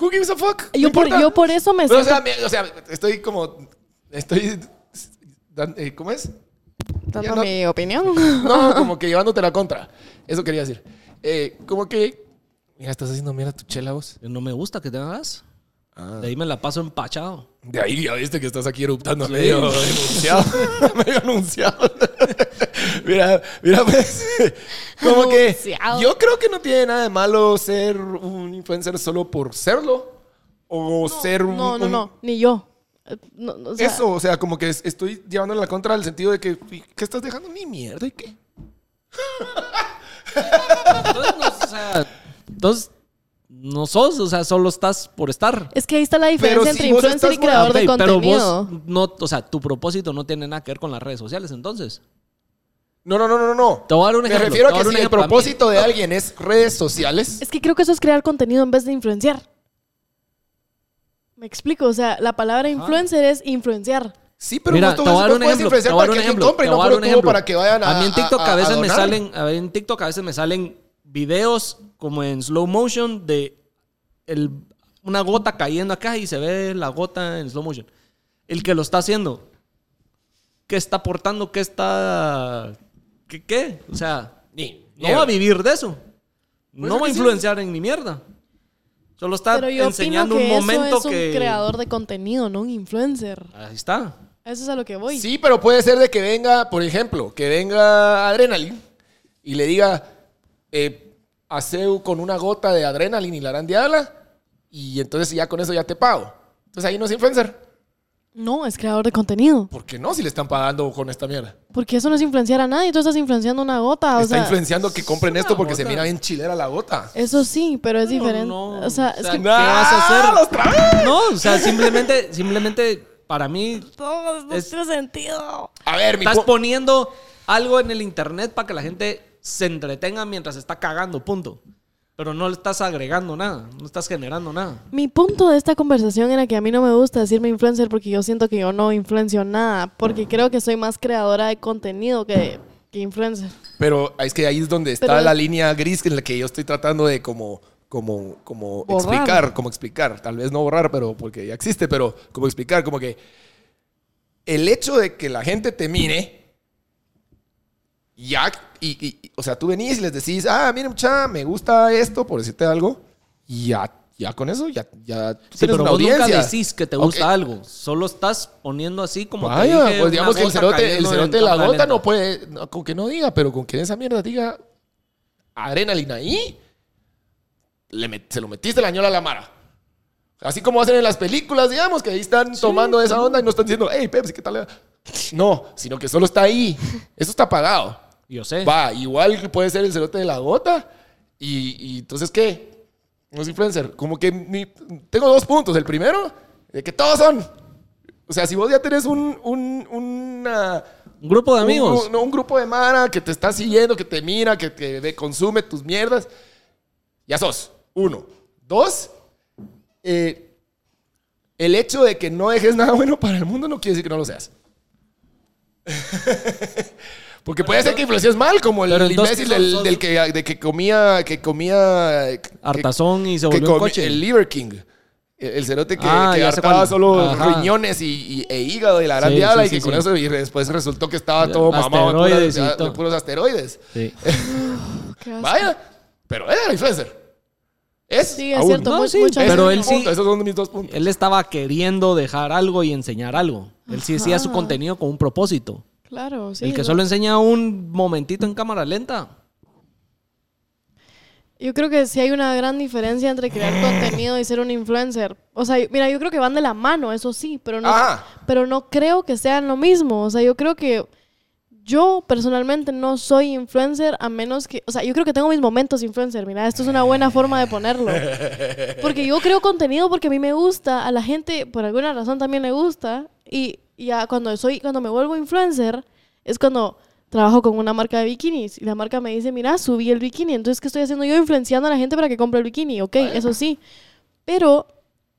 Speaker 3: Who gives a fuck? No
Speaker 1: Yo por,
Speaker 3: importa.
Speaker 1: yo por eso me
Speaker 3: Pero, o,
Speaker 1: siento-
Speaker 3: sea, me- o sea, estoy como. Estoy. dan- eh, ¿Cómo es?
Speaker 1: dando
Speaker 3: ya no-
Speaker 1: mi opinión.
Speaker 3: No, como que llevándote la contra. Eso quería decir. Eh, como que. Mira, estás haciendo mierda tu chela vos.
Speaker 2: No me gusta que te hagas.
Speaker 3: Ah.
Speaker 2: De ahí me la paso empachado.
Speaker 3: De ahí ya viste que estás aquí eruptando medio anunciado. medio anunciado. mira, mira, pues. Como que.
Speaker 1: Anunciado.
Speaker 3: Yo creo que no tiene nada de malo ser un influencer solo por serlo. O ser un.
Speaker 1: No, no,
Speaker 3: un-
Speaker 1: no, ni yo. Eh, no, no, o sea,
Speaker 3: Eso, o sea, como que es- estoy llevando la contra al sentido de que, "Uy, ¿qué estás dejando? Ni mierda, ¿y qué?
Speaker 2: Entonces, no, o sea, entonces, no sos, o sea, solo estás por estar.
Speaker 1: Es que ahí está la diferencia
Speaker 3: si
Speaker 1: entre
Speaker 3: vos
Speaker 1: influencer
Speaker 3: estás
Speaker 1: y creador de
Speaker 2: Ah, Ok, pero
Speaker 1: contenido.
Speaker 2: vos no, o sea, tu propósito no tiene nada que ver con las redes sociales, entonces.
Speaker 3: No, no, no, no, no.
Speaker 2: Te voy a dar un
Speaker 3: Me
Speaker 2: ejemplo,
Speaker 3: refiero
Speaker 2: te
Speaker 3: a
Speaker 2: voy a
Speaker 3: que
Speaker 2: dar un
Speaker 3: si el
Speaker 2: ejemplo. A mí-
Speaker 3: propósito de alguien es redes sociales,
Speaker 1: Es que creo que eso es crear contenido en vez de influenciar. Me explico, o sea, la palabra influencer es influenciar.
Speaker 3: sí, pero pues,
Speaker 2: Mira,
Speaker 3: vos-
Speaker 2: te
Speaker 3: vos-
Speaker 2: voy a dar
Speaker 3: vos
Speaker 2: un
Speaker 3: puedes
Speaker 2: ejemplo. Te
Speaker 3: influenciar
Speaker 2: voy a dar
Speaker 3: para que
Speaker 2: un
Speaker 3: alguien
Speaker 2: ejemplo.
Speaker 3: compre y
Speaker 2: Te
Speaker 3: no
Speaker 2: voy a
Speaker 3: por
Speaker 2: dar un
Speaker 3: tubo
Speaker 2: ejemplo.
Speaker 3: para que vayan a
Speaker 2: A mí en TikTok a veces me
Speaker 3: donar.
Speaker 2: salen, a ver, en TikTok a veces me salen videos como en slow motion de el- una gota cayendo acá y se ve la gota en slow motion. El que lo está haciendo, ¿qué está aportando? ¿Qué está... ¿Qué? qué? O sea,
Speaker 3: Ni-
Speaker 2: no va a
Speaker 3: mierda.
Speaker 2: vivir de eso.
Speaker 3: eso
Speaker 2: No va a
Speaker 3: que sí.
Speaker 2: influenciar en ni mierda. Solo está
Speaker 1: Pero yo
Speaker 2: enseñando
Speaker 1: opino
Speaker 2: un
Speaker 1: que
Speaker 2: momento
Speaker 1: eso es
Speaker 2: que...
Speaker 1: un creador de contenido, no un influencer.
Speaker 2: Ahí está.
Speaker 1: A Eso es a lo que voy.
Speaker 3: Sí, pero puede ser de que venga, por ejemplo, que venga Adrenaline y le diga, eh, "Haceu con una gota de Adrenaline y la arandiala y entonces ya con eso ya te pago. Entonces ahí no es influencer.
Speaker 1: No, es creador de contenido.
Speaker 3: ¿Por qué no si le están pagando con esta mierda?
Speaker 1: Porque eso no es influenciar a nadie, tú estás influenciando una gota.
Speaker 2: Ah,
Speaker 1: O
Speaker 3: está
Speaker 1: sea,
Speaker 3: influenciando que compren esto porque se
Speaker 2: gota.
Speaker 3: mira bien chilera la gota.
Speaker 1: Eso sí, pero es
Speaker 2: Bueno,
Speaker 1: diferente.
Speaker 2: no,
Speaker 1: O sea,
Speaker 2: o
Speaker 1: es
Speaker 2: sea,
Speaker 1: que
Speaker 2: ¿qué vas a hacer?
Speaker 3: ¡Ah, los tra-
Speaker 2: No, o sea, simplemente, simplemente para mí
Speaker 1: todo no
Speaker 2: Es-
Speaker 1: tiene sentido.
Speaker 3: A ver, mi
Speaker 2: estás
Speaker 3: po-
Speaker 2: poniendo algo en el internet para que la gente se entretenga mientras está cagando, punto. Pero no le estás agregando nada, no estás generando nada.
Speaker 1: Mi punto de esta conversación era que a mí no me gusta decirme influencer porque yo siento que yo no influencio nada, porque
Speaker 2: Ah.
Speaker 1: creo que soy más creadora de contenido que, que influencer.
Speaker 3: Pero es que ahí es donde está
Speaker 1: Pero-
Speaker 3: la línea gris en la que yo estoy tratando de como, como, como
Speaker 1: Borrar.
Speaker 3: explicar, como explicar. Tal vez no borrar, pero porque ya existe, pero como explicar, como que el hecho de que la gente te mire, ya, y, y- y- o sea, tú venís y les decís, ah, miren, cha, me gusta esto, por decirte algo, y ya, ya con eso, ya, ya tú
Speaker 2: Sí,
Speaker 3: tienes
Speaker 2: pero
Speaker 3: una
Speaker 2: vos nunca
Speaker 3: audiencia.
Speaker 2: decís que te
Speaker 3: Ok.
Speaker 2: gusta algo, solo estás poniendo así como te
Speaker 3: Vaya,
Speaker 2: dije,
Speaker 3: pues digamos
Speaker 2: una
Speaker 3: que el
Speaker 2: gota
Speaker 3: cerote, el
Speaker 2: cayendo en
Speaker 3: cerote de la
Speaker 2: cámara
Speaker 3: gota
Speaker 2: lenta.
Speaker 3: no puede, no, con que no diga, pero con que esa mierda diga adrenalina ahí, le met- se lo metiste la ñola a la mara. Así como hacen en las películas, digamos, que ahí están tomando esa onda y no están diciendo, hey, Pepsi, ¿qué tal? le va?" No, sino que solo está ahí. Eso está pagado.
Speaker 2: Yo sé.
Speaker 3: Va, igual puede ser el cerote de la gota. Y, y entonces, ¿qué? No es influencer. Como que mi- tengo dos puntos. El primero, de que todos son. O sea, si vos ya tenés un, un, una-
Speaker 2: Un grupo de amigos.
Speaker 3: un, no, un grupo de mara que te está siguiendo, que te mira, que te ve- consume tus mierdas, ya sos. Uno. Dos, eh, el hecho de que no dejes nada bueno para el mundo no quiere decir que no lo seas. Porque puede ser que influencies mal, como el
Speaker 2: Pero entonces,
Speaker 3: imbécil
Speaker 2: ¿qué
Speaker 3: del,
Speaker 2: sos?
Speaker 3: del que, de que comía, que comía, que-
Speaker 2: Hartazón y se
Speaker 3: que
Speaker 2: volvió un
Speaker 3: comi-
Speaker 2: coche.
Speaker 3: el Liver King. El, el cerote que,
Speaker 2: Ah,
Speaker 3: que
Speaker 2: ya sé
Speaker 3: hartaba
Speaker 2: cuál.
Speaker 3: solo
Speaker 2: Ajá.
Speaker 3: riñones y, y- e hígado y la gran
Speaker 2: Sí,
Speaker 3: diabla
Speaker 2: sí,
Speaker 3: y que
Speaker 2: sí,
Speaker 3: con
Speaker 2: sí.
Speaker 3: eso y después resultó que estaba todo mamado de,
Speaker 2: Asteroides y
Speaker 3: puras-
Speaker 2: todo.
Speaker 3: de puros asteroides.
Speaker 2: Sí.
Speaker 1: Qué asco.
Speaker 3: Vaya, pero era influencer. Es
Speaker 1: Sí, es
Speaker 3: aún.
Speaker 1: cierto.
Speaker 2: No,
Speaker 1: mu-
Speaker 2: sí,
Speaker 1: mucha
Speaker 3: Ese
Speaker 2: pero
Speaker 3: es
Speaker 2: él
Speaker 3: mi
Speaker 2: sí,
Speaker 3: punto, Esos son mis dos puntos.
Speaker 2: él estaba queriendo dejar algo y enseñar algo. Él sí hacía su
Speaker 1: Ajá.
Speaker 2: contenido con un propósito.
Speaker 1: Claro, sí.
Speaker 2: el que
Speaker 1: ¿no?
Speaker 2: solo enseña un momentito en cámara lenta.
Speaker 1: Yo creo que sí hay una gran diferencia entre crear
Speaker 2: Ah.
Speaker 1: contenido y ser un influencer. O sea, yo- mira, yo creo que van de
Speaker 2: Ah,
Speaker 1: la mano, eso sí, pero no,
Speaker 3: Ajá.
Speaker 1: pero no creo que sean lo mismo. O sea, yo creo que Yo personalmente no soy influencer a menos que, o sea, yo creo que tengo mis momentos influencer, mira, esto es una buena forma de ponerlo. Porque yo creo contenido porque a mí me gusta, a la gente por alguna razón también le gusta y ya cuando soy cuando me vuelvo influencer es cuando trabajo con una marca de bikinis y la marca me dice, "Mira, subí el bikini." Entonces, ¿qué estoy haciendo yo influenciando a la gente para que compre el bikini? Ok, eso sí. Pero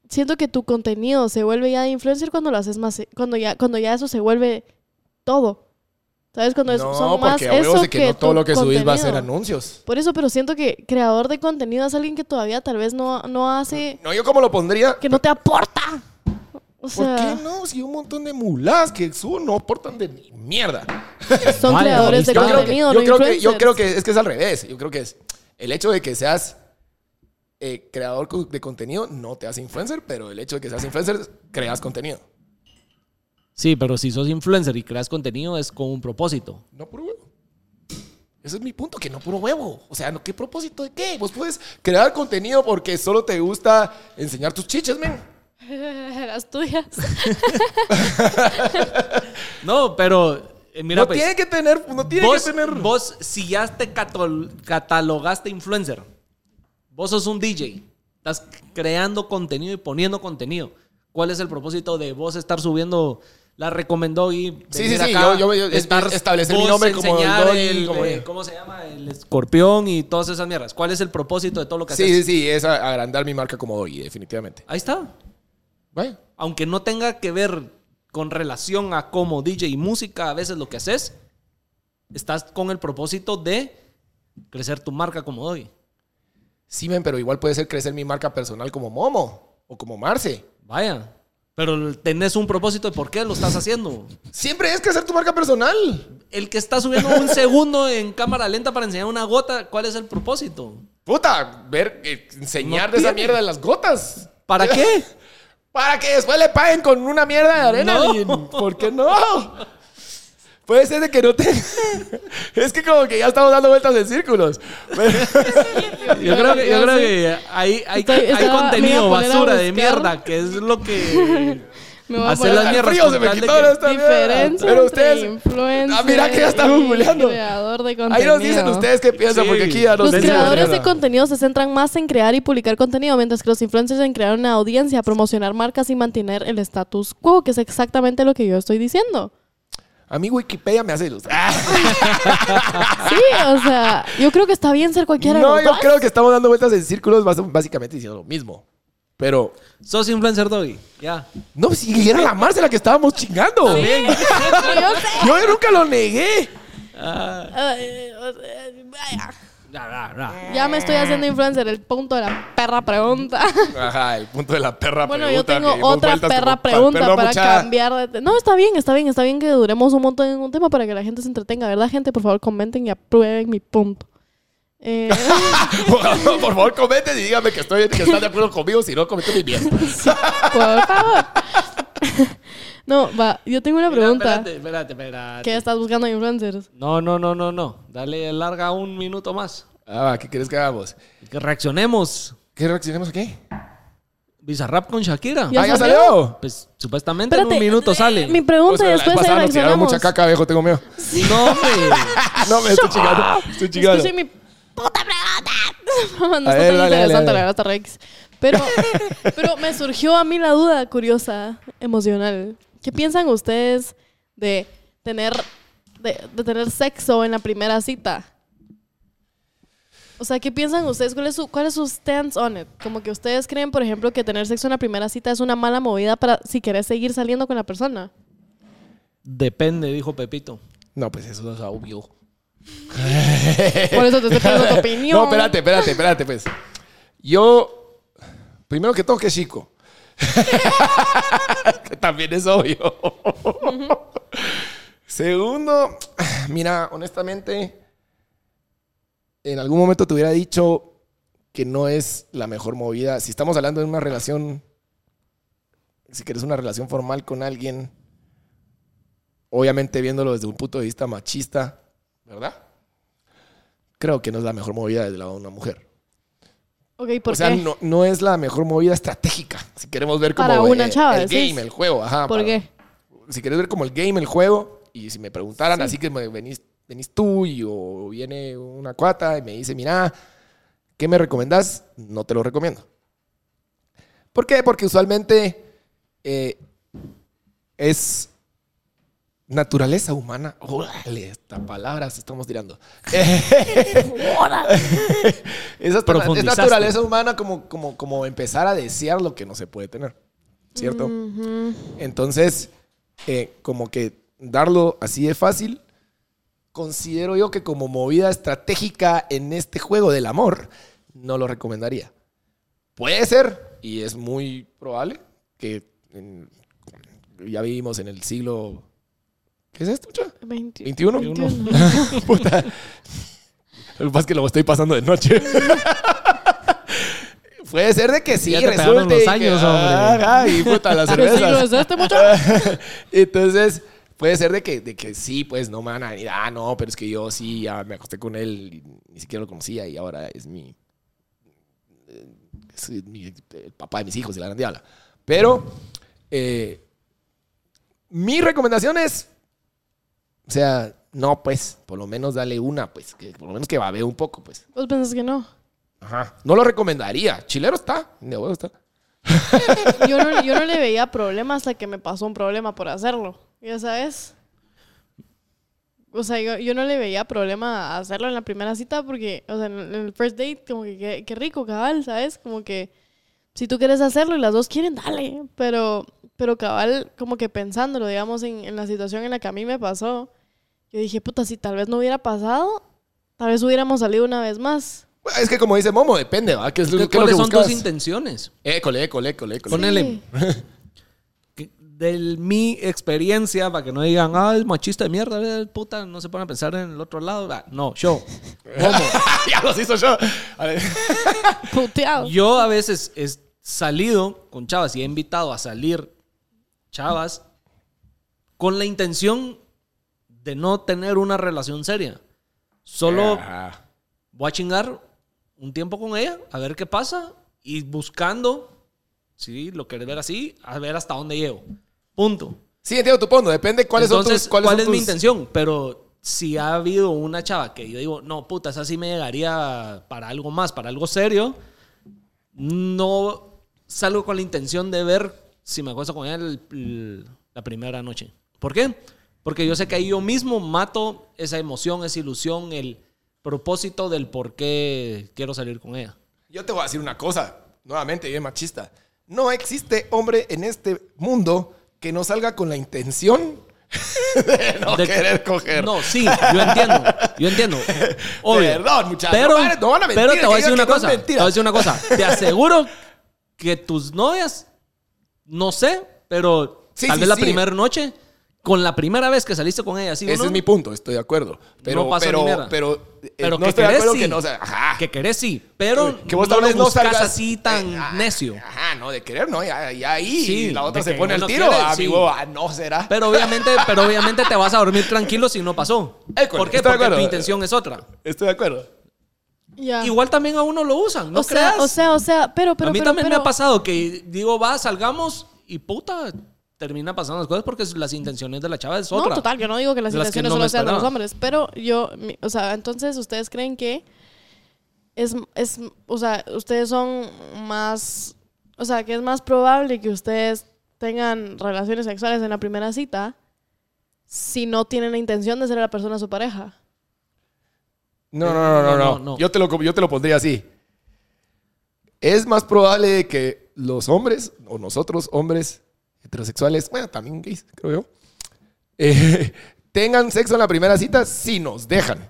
Speaker 1: siento que tu contenido se vuelve ya de influencer cuando lo haces más eh, cuando ya cuando ya eso se vuelve todo. ¿Sabes? Cuando es,
Speaker 3: no,
Speaker 1: son más
Speaker 3: porque a huevos
Speaker 1: eso
Speaker 3: de que, no todo
Speaker 1: tu
Speaker 3: lo que subís va a ser
Speaker 1: contenido.
Speaker 3: anuncios.
Speaker 1: Por eso, pero siento que creador de contenido es alguien que todavía tal vez no, no hace,
Speaker 3: No, yo como lo pondría.
Speaker 1: que no te aporta. O
Speaker 3: ¿Por
Speaker 1: sea,
Speaker 3: qué no? Si un montón de mulas que suben no aportan de ni mierda.
Speaker 1: son
Speaker 2: Vaya,
Speaker 1: creadores de
Speaker 2: yo creo que-
Speaker 1: contenido,
Speaker 3: yo,
Speaker 1: no
Speaker 3: creo que, yo
Speaker 1: influencers.
Speaker 3: creo que es que es al revés. Yo creo que es el hecho de que seas eh, creador co- de contenido no te hace influencer, pero el hecho de que seas influencer creas contenido.
Speaker 2: Sí, pero si sos influencer y creas contenido es con un propósito.
Speaker 3: No puro huevo. Ese es mi punto, que no puro huevo. O sea, ¿no, ¿qué propósito de qué? Vos puedes crear contenido porque solo te gusta enseñar tus chiches, men.
Speaker 1: Las tuyas.
Speaker 2: No, pero eh, mira,
Speaker 3: No
Speaker 2: pues,
Speaker 3: tiene que tener, no tiene
Speaker 2: vos,
Speaker 3: que tener.
Speaker 2: vos, si ya te catol- catalogaste influencer, vos sos un DJ, estás creando contenido y poniendo contenido. ¿Cuál es el propósito de vos estar subiendo? La recomendó y
Speaker 3: Sí,
Speaker 2: venir
Speaker 3: sí, sí,
Speaker 2: acá,
Speaker 3: yo- yo- yo es- establecer mi
Speaker 2: vos
Speaker 3: nombre como
Speaker 2: enseñar
Speaker 3: Doggy,
Speaker 2: el,
Speaker 3: como-
Speaker 2: eh, ¿Cómo se llama? El escorpión y todas esas mierdas. ¿Cuál es el propósito de todo lo que
Speaker 3: Sí,
Speaker 2: haces?
Speaker 3: sí, sí, es a- agrandar mi marca como hoy, definitivamente.
Speaker 2: Ahí está.
Speaker 3: Vaya.
Speaker 2: aunque no tenga que ver con relación a como DJ y música, a veces lo que haces, estás con el propósito de crecer tu marca como hoy.
Speaker 3: Sí, men, pero igual puede ser crecer mi marca personal como Momo o como Marce.
Speaker 2: Vaya. Pero tenés un propósito de por qué lo estás haciendo.
Speaker 3: Siempre es crecer tu marca personal.
Speaker 2: El que está subiendo un segundo en cámara lenta para enseñar una gota, ¿cuál es el propósito?
Speaker 3: Puta, ver, eh, enseñar
Speaker 2: No
Speaker 3: de esa
Speaker 2: tiene.
Speaker 3: mierda de las gotas.
Speaker 2: ¿Para qué?
Speaker 3: Para que después le paguen con una mierda de arena.
Speaker 2: No.
Speaker 3: Lin. ¿Por qué no? Puede ser de que no te... es que como que ya estamos dando vueltas en círculos. Pues,
Speaker 2: Yo creo que, yo creo que hay, hay,
Speaker 1: Estoy-
Speaker 2: hay
Speaker 1: estaba- me
Speaker 2: contenido
Speaker 1: iba a poner a
Speaker 2: basura de
Speaker 1: buscar.
Speaker 2: mierda, que es lo que...
Speaker 1: Me voy a
Speaker 2: Hacer las
Speaker 1: poner
Speaker 2: mierdas
Speaker 3: Frío,
Speaker 2: con
Speaker 3: se me
Speaker 2: tal de
Speaker 3: quitó
Speaker 2: que-
Speaker 3: esta mierda.
Speaker 1: diferencia
Speaker 3: Pero
Speaker 1: entre
Speaker 3: ustedes...
Speaker 1: influencer
Speaker 3: Ah, mira que ya están
Speaker 1: y
Speaker 3: googleando.
Speaker 1: creador de contenido.
Speaker 3: Ahí nos dicen ustedes qué piensan,
Speaker 2: Sí.
Speaker 3: porque aquí ya nos
Speaker 1: Los
Speaker 3: dicen la
Speaker 1: creadores de
Speaker 3: mierda.
Speaker 1: contenido se centran más en crear y publicar contenido, mientras que los influencers en crear una audiencia, promocionar marcas y mantener el status quo, que es exactamente lo que yo estoy diciendo.
Speaker 3: A mí Wikipedia me hace ilustrar.
Speaker 1: Ah, Sí, o sea, yo creo que está bien ser cualquiera
Speaker 3: No,
Speaker 1: de
Speaker 3: yo
Speaker 1: los dos.
Speaker 3: creo que estamos dando vueltas en círculos bas- básicamente diciendo lo mismo. Pero,
Speaker 2: Sos influencer, Doggy. Ya.
Speaker 3: no, si era la Marce la que estábamos chingando.
Speaker 2: Bien.
Speaker 1: Yo sé.
Speaker 3: Yo nunca lo negué.
Speaker 2: Ah,
Speaker 1: Ay, o sea, vaya.
Speaker 2: ra, ra, ra.
Speaker 1: eh, Ya me estoy haciendo influencer, el punto de la perra pregunta.
Speaker 3: Ajá, el punto de la perra
Speaker 1: Bueno, yo
Speaker 3: pregunta.
Speaker 1: tengo
Speaker 3: que dimos
Speaker 1: otra
Speaker 3: vueltas como
Speaker 1: perra
Speaker 3: pa-
Speaker 1: pregunta
Speaker 3: perdón,
Speaker 1: para
Speaker 3: muchacha.
Speaker 1: cambiar de... te- No, está bien, está bien, está bien que duremos un montón en un tema para que la gente se entretenga, ¿verdad, gente? Por favor, comenten y aprueben mi punto. Eh,
Speaker 3: Por favor, comenten y díganme que, estoy, que están de acuerdo conmigo, si no, comenten mi mierda.
Speaker 1: por favor. no, va, yo tengo una
Speaker 2: Mira,
Speaker 1: pregunta.
Speaker 2: Espérate, espérate, espérate.
Speaker 1: ¿Qué estás buscando en influencers?
Speaker 2: No, no, no, no, no. Dale larga un minuto más.
Speaker 3: Ah, va, ¿qué quieres que hagamos?
Speaker 2: Que reaccionemos.
Speaker 3: ¿Qué reaccionamos aquí? Ah,
Speaker 2: Bizarrap con Shakira.
Speaker 1: Ya
Speaker 3: ya
Speaker 1: salió.
Speaker 3: salió.
Speaker 2: Pues
Speaker 3: Pues,
Speaker 2: supuestamente
Speaker 1: Espérate,
Speaker 2: en un minuto
Speaker 1: eh,
Speaker 2: sale.
Speaker 1: Mi pregunta y
Speaker 3: la vez
Speaker 1: después ahí
Speaker 3: pasada nos tiraron
Speaker 1: reaccionamos.
Speaker 3: mucha caca, viejo, tengo miedo.
Speaker 2: No, hombre.
Speaker 3: No, me estoy chingando. Estoy chingando.
Speaker 1: Escuchen mi puta pregunta. no
Speaker 3: A
Speaker 1: está
Speaker 3: ver,
Speaker 1: tan interesante,
Speaker 3: dale, dale, dale.
Speaker 1: la verdad, está re X. Pero, pero me surgió a mí la duda curiosa, emocional. ¿Qué piensan ustedes de tener, de, de tener sexo en la primera cita? O sea, ¿qué piensan ustedes? ¿Cuál es, su, ¿Cuál es su stance on it? Como que ustedes creen, por ejemplo, que tener sexo en la primera cita es una mala movida para si querés seguir saliendo con la persona.
Speaker 2: Depende, dijo Pepito.
Speaker 3: No, pues eso es obvio.
Speaker 1: Por eso te estoy pidiendo tu opinión.
Speaker 3: No, espérate, espérate, espérate, pues. Yo, primero que todo, que chico. Que También es obvio. Segundo, mira, honestamente, en algún momento te hubiera dicho que no es la mejor movida. Si estamos hablando de una relación, si quieres una relación formal con alguien, obviamente viéndolo desde un punto de vista machista, ¿verdad? Creo que no es la mejor movida desde la de una mujer.
Speaker 1: Ok, ¿por
Speaker 3: o sea,
Speaker 1: qué?
Speaker 3: No, no es la mejor movida estratégica. Si queremos ver como
Speaker 1: Para una
Speaker 3: eh,
Speaker 1: chava,
Speaker 3: el
Speaker 1: decís.
Speaker 3: game, el juego, ajá.
Speaker 1: ¿Por
Speaker 3: para-
Speaker 1: qué?
Speaker 3: Si quieres ver como el game, el juego, y si me preguntaran, así que me venís, venís tú y o viene una cuata y me dice, mira, ¿qué me recomendás? No te lo recomiendo. ¿Por qué? Porque usualmente eh, es naturaleza humana. Órale, estas palabras estamos tirando. es, hasta- es
Speaker 2: Profundizaste.
Speaker 3: naturaleza humana como, como, como empezar a desear lo que no se puede tener. ¿Cierto?
Speaker 1: Ujú.
Speaker 3: Entonces, eh, como que darlo así de fácil, considero yo que como movida estratégica en este juego del amor, no lo recomendaría. Puede ser, y es muy probable, que en- ya vivimos en el siglo... ¿Qué es esto, cha?
Speaker 1: 20.
Speaker 3: 21.
Speaker 1: 21.
Speaker 3: Puta. Lo que pasa es que lo estoy pasando de noche. Puede ser de que sí,
Speaker 2: Ya te pegaron
Speaker 3: resulte.
Speaker 2: los
Speaker 3: y que-
Speaker 2: años, hombre.
Speaker 3: ajá, y puta, las
Speaker 1: ¿Qué siglo es
Speaker 3: cervezas.
Speaker 1: este, mucho?
Speaker 3: Entonces, puede ser de que, de que sí, pues no me van a venir, ah, no, pero es que yo sí, ya me acosté con él, y ni siquiera lo conocía y ahora es mi. eh, es mi- el papá de mis hijos y la gran diabla. Pero, eh, mi recomendación es. O sea, no, pues, por lo menos dale una, pues, que por lo menos que babee un poco, pues.
Speaker 1: ¿Vos pensás que no?
Speaker 3: Ajá. No lo recomendaría. Chilero está, de huevo está.
Speaker 1: Yo no, yo no le veía problema hasta que me pasó un problema por hacerlo. Ya sabes. O sea, yo, yo no le veía problema a hacerlo en la primera cita porque, o sea, en el en el first date, como que qué, qué rico, cabal, ¿sabes? Como que si tú quieres hacerlo y las dos quieren, dale. Pero, pero cabal, como que pensándolo, digamos, en, en la situación en la que a mí me pasó, yo dije, puta, si tal vez no hubiera pasado, tal vez hubiéramos salido una vez más.
Speaker 3: Bueno, Es que como dice Momo, depende, ¿va? ¿Qué es lo, qué es lo
Speaker 2: ¿Cuáles
Speaker 3: que
Speaker 2: son
Speaker 3: buscas?
Speaker 2: tus intenciones?
Speaker 3: École, école, école, école.
Speaker 2: Ponele.
Speaker 1: Sí.
Speaker 2: que- de mi experiencia, para que no digan, ah, es machista de mierda, eh, puta, no se ponen a pensar en el otro lado. Ah, No, yo.
Speaker 3: ya los hizo yo. A ver.
Speaker 1: Puteado.
Speaker 2: Yo a veces he salido con chavas y he invitado a salir chavas con la intención de no tener una relación seria. Solo
Speaker 3: Ajá.
Speaker 2: voy a chingar un tiempo con ella, a ver qué pasa y buscando, si lo querés ver así, a ver hasta dónde llego. Punto.
Speaker 3: Sí, entiendo tu fondo. Depende cuáles
Speaker 2: Entonces,
Speaker 3: son tus...
Speaker 2: ¿cuál,
Speaker 3: cuáles
Speaker 2: es
Speaker 3: son
Speaker 2: mi
Speaker 3: tus-
Speaker 2: intención? Pero si ha habido una chava que yo digo, no, puta, esa sí me llegaría para algo más, para algo serio, no salgo con la intención de ver si me acuesto con él el- la primera noche. ¿Por qué? Porque yo sé que ahí yo mismo mato esa emoción, esa ilusión, el propósito del por qué quiero salir con ella.
Speaker 3: Yo te voy a decir una cosa, nuevamente, bien machista. No existe hombre en este mundo que no salga con la intención de no
Speaker 2: De-
Speaker 3: querer coger.
Speaker 2: No, sí, yo entiendo. Yo entiendo. Obvio.
Speaker 3: Perdón, muchachos,
Speaker 2: Pero,
Speaker 3: no van- no van a mentir,
Speaker 2: pero te voy a
Speaker 3: que
Speaker 2: decir
Speaker 3: digan
Speaker 2: una
Speaker 3: que no es
Speaker 2: cosa. Te voy
Speaker 3: mentira.
Speaker 2: a decir una cosa. Te aseguro que tus novias, no sé, pero
Speaker 3: Sí,
Speaker 2: tal
Speaker 3: sí,
Speaker 2: vez la
Speaker 3: sí.
Speaker 2: primera noche, con la primera vez que saliste con ella, sí,
Speaker 3: Ese
Speaker 2: uno,
Speaker 3: es mi punto, estoy de acuerdo. Pero,
Speaker 2: No pasó ni
Speaker 3: pero,
Speaker 2: mierda.
Speaker 3: pero, eh,
Speaker 2: Pero
Speaker 3: no
Speaker 2: que
Speaker 3: estoy de
Speaker 2: querés,
Speaker 3: acuerdo
Speaker 2: sí.
Speaker 3: que no sea. Ajá.
Speaker 2: que querés sí, pero
Speaker 3: que vos
Speaker 2: no
Speaker 3: tal vez
Speaker 2: lo
Speaker 3: no
Speaker 2: buscas
Speaker 3: salgas
Speaker 2: así tan
Speaker 3: eh, ah,
Speaker 2: necio.
Speaker 3: Ajá, no, de querer, no, ya, ya ahí.
Speaker 2: Sí,
Speaker 3: y la otra
Speaker 2: de
Speaker 3: se
Speaker 2: que
Speaker 3: pone
Speaker 2: no
Speaker 3: el tiro,
Speaker 2: quiere, sí.
Speaker 3: amigo, ah, no será.
Speaker 2: Pero obviamente, pero obviamente te vas a dormir tranquilo si no pasó.
Speaker 3: Eh,
Speaker 2: ¿Por qué?
Speaker 3: estoy de
Speaker 2: Porque
Speaker 3: acuerdo.
Speaker 2: tu intención es otra.
Speaker 3: Estoy de acuerdo.
Speaker 1: Ya.
Speaker 2: Igual también a uno lo usan,
Speaker 1: Ah.
Speaker 2: ¿no
Speaker 1: o sea,
Speaker 2: creas?
Speaker 1: o sea, o sea, pero, pero,
Speaker 2: a mí
Speaker 1: pero,
Speaker 2: también me
Speaker 1: pero-
Speaker 2: ha pasado que digo, va, salgamos y puta, termina pasando las cosas porque las intenciones de la chava es otra.
Speaker 1: No, total, yo no digo que las
Speaker 2: Las que
Speaker 1: intenciones
Speaker 2: no
Speaker 1: solo
Speaker 2: me
Speaker 1: sean de los
Speaker 2: esperaba.
Speaker 1: hombres, pero yo, mi- o sea, entonces ustedes creen que es, es, o sea, ustedes son más, o sea, que es más probable que ustedes tengan relaciones sexuales en la primera cita si no tienen la intención de ser la persona su pareja. Eh,
Speaker 3: No, no, no, no,
Speaker 2: No,
Speaker 3: no.
Speaker 2: no, no.
Speaker 3: Yo, te lo, yo te lo pondría así. Es más probable que los hombres, o nosotros, hombres heterosexuales, bueno, también gays, creo yo, eh, tengan sexo en la primera cita si nos dejan.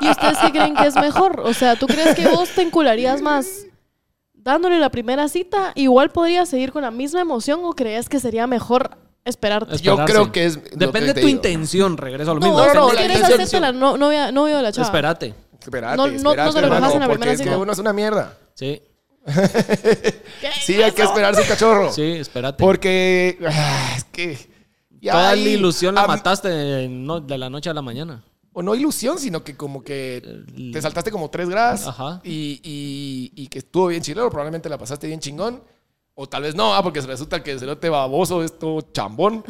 Speaker 1: ¿Y ustedes qué creen que es mejor? O sea, ¿tú crees que vos te encularías más dándole la primera cita? Igual podrías seguir con la misma emoción o crees que sería mejor esperarte.
Speaker 2: Esperarse.
Speaker 3: Yo creo que es lo
Speaker 2: Depende
Speaker 3: que
Speaker 2: de
Speaker 3: te
Speaker 2: tu
Speaker 3: digo.
Speaker 2: intención, regreso a lo
Speaker 1: No,
Speaker 2: mismo.
Speaker 1: vos
Speaker 3: no, no,
Speaker 1: si
Speaker 3: la
Speaker 1: quieres
Speaker 3: intención-
Speaker 1: hacerte la no- novia, novio de la chava.
Speaker 2: Espérate.
Speaker 3: Espérate,
Speaker 1: No, no, no
Speaker 3: espérate,
Speaker 1: se lo
Speaker 3: hermano,
Speaker 1: dejas en la
Speaker 3: porque
Speaker 1: primera
Speaker 3: es que
Speaker 1: cita.
Speaker 3: uno es una mierda.
Speaker 2: Sí,
Speaker 3: Sí, hay que esperar su cachorro.
Speaker 2: sí, espérate.
Speaker 3: Porque ah, es que ya
Speaker 2: Toda
Speaker 3: ahí-
Speaker 2: la ilusión la
Speaker 3: a-
Speaker 2: mataste no- de la noche a la mañana.
Speaker 3: O no ilusión, sino que como que
Speaker 2: El-
Speaker 3: te saltaste como tres gradas
Speaker 2: Ajá.
Speaker 3: Y, y- y que estuvo bien chilero, probablemente la pasaste bien chingón O tal vez no, ah, porque resulta que el cerote baboso es todo chambón.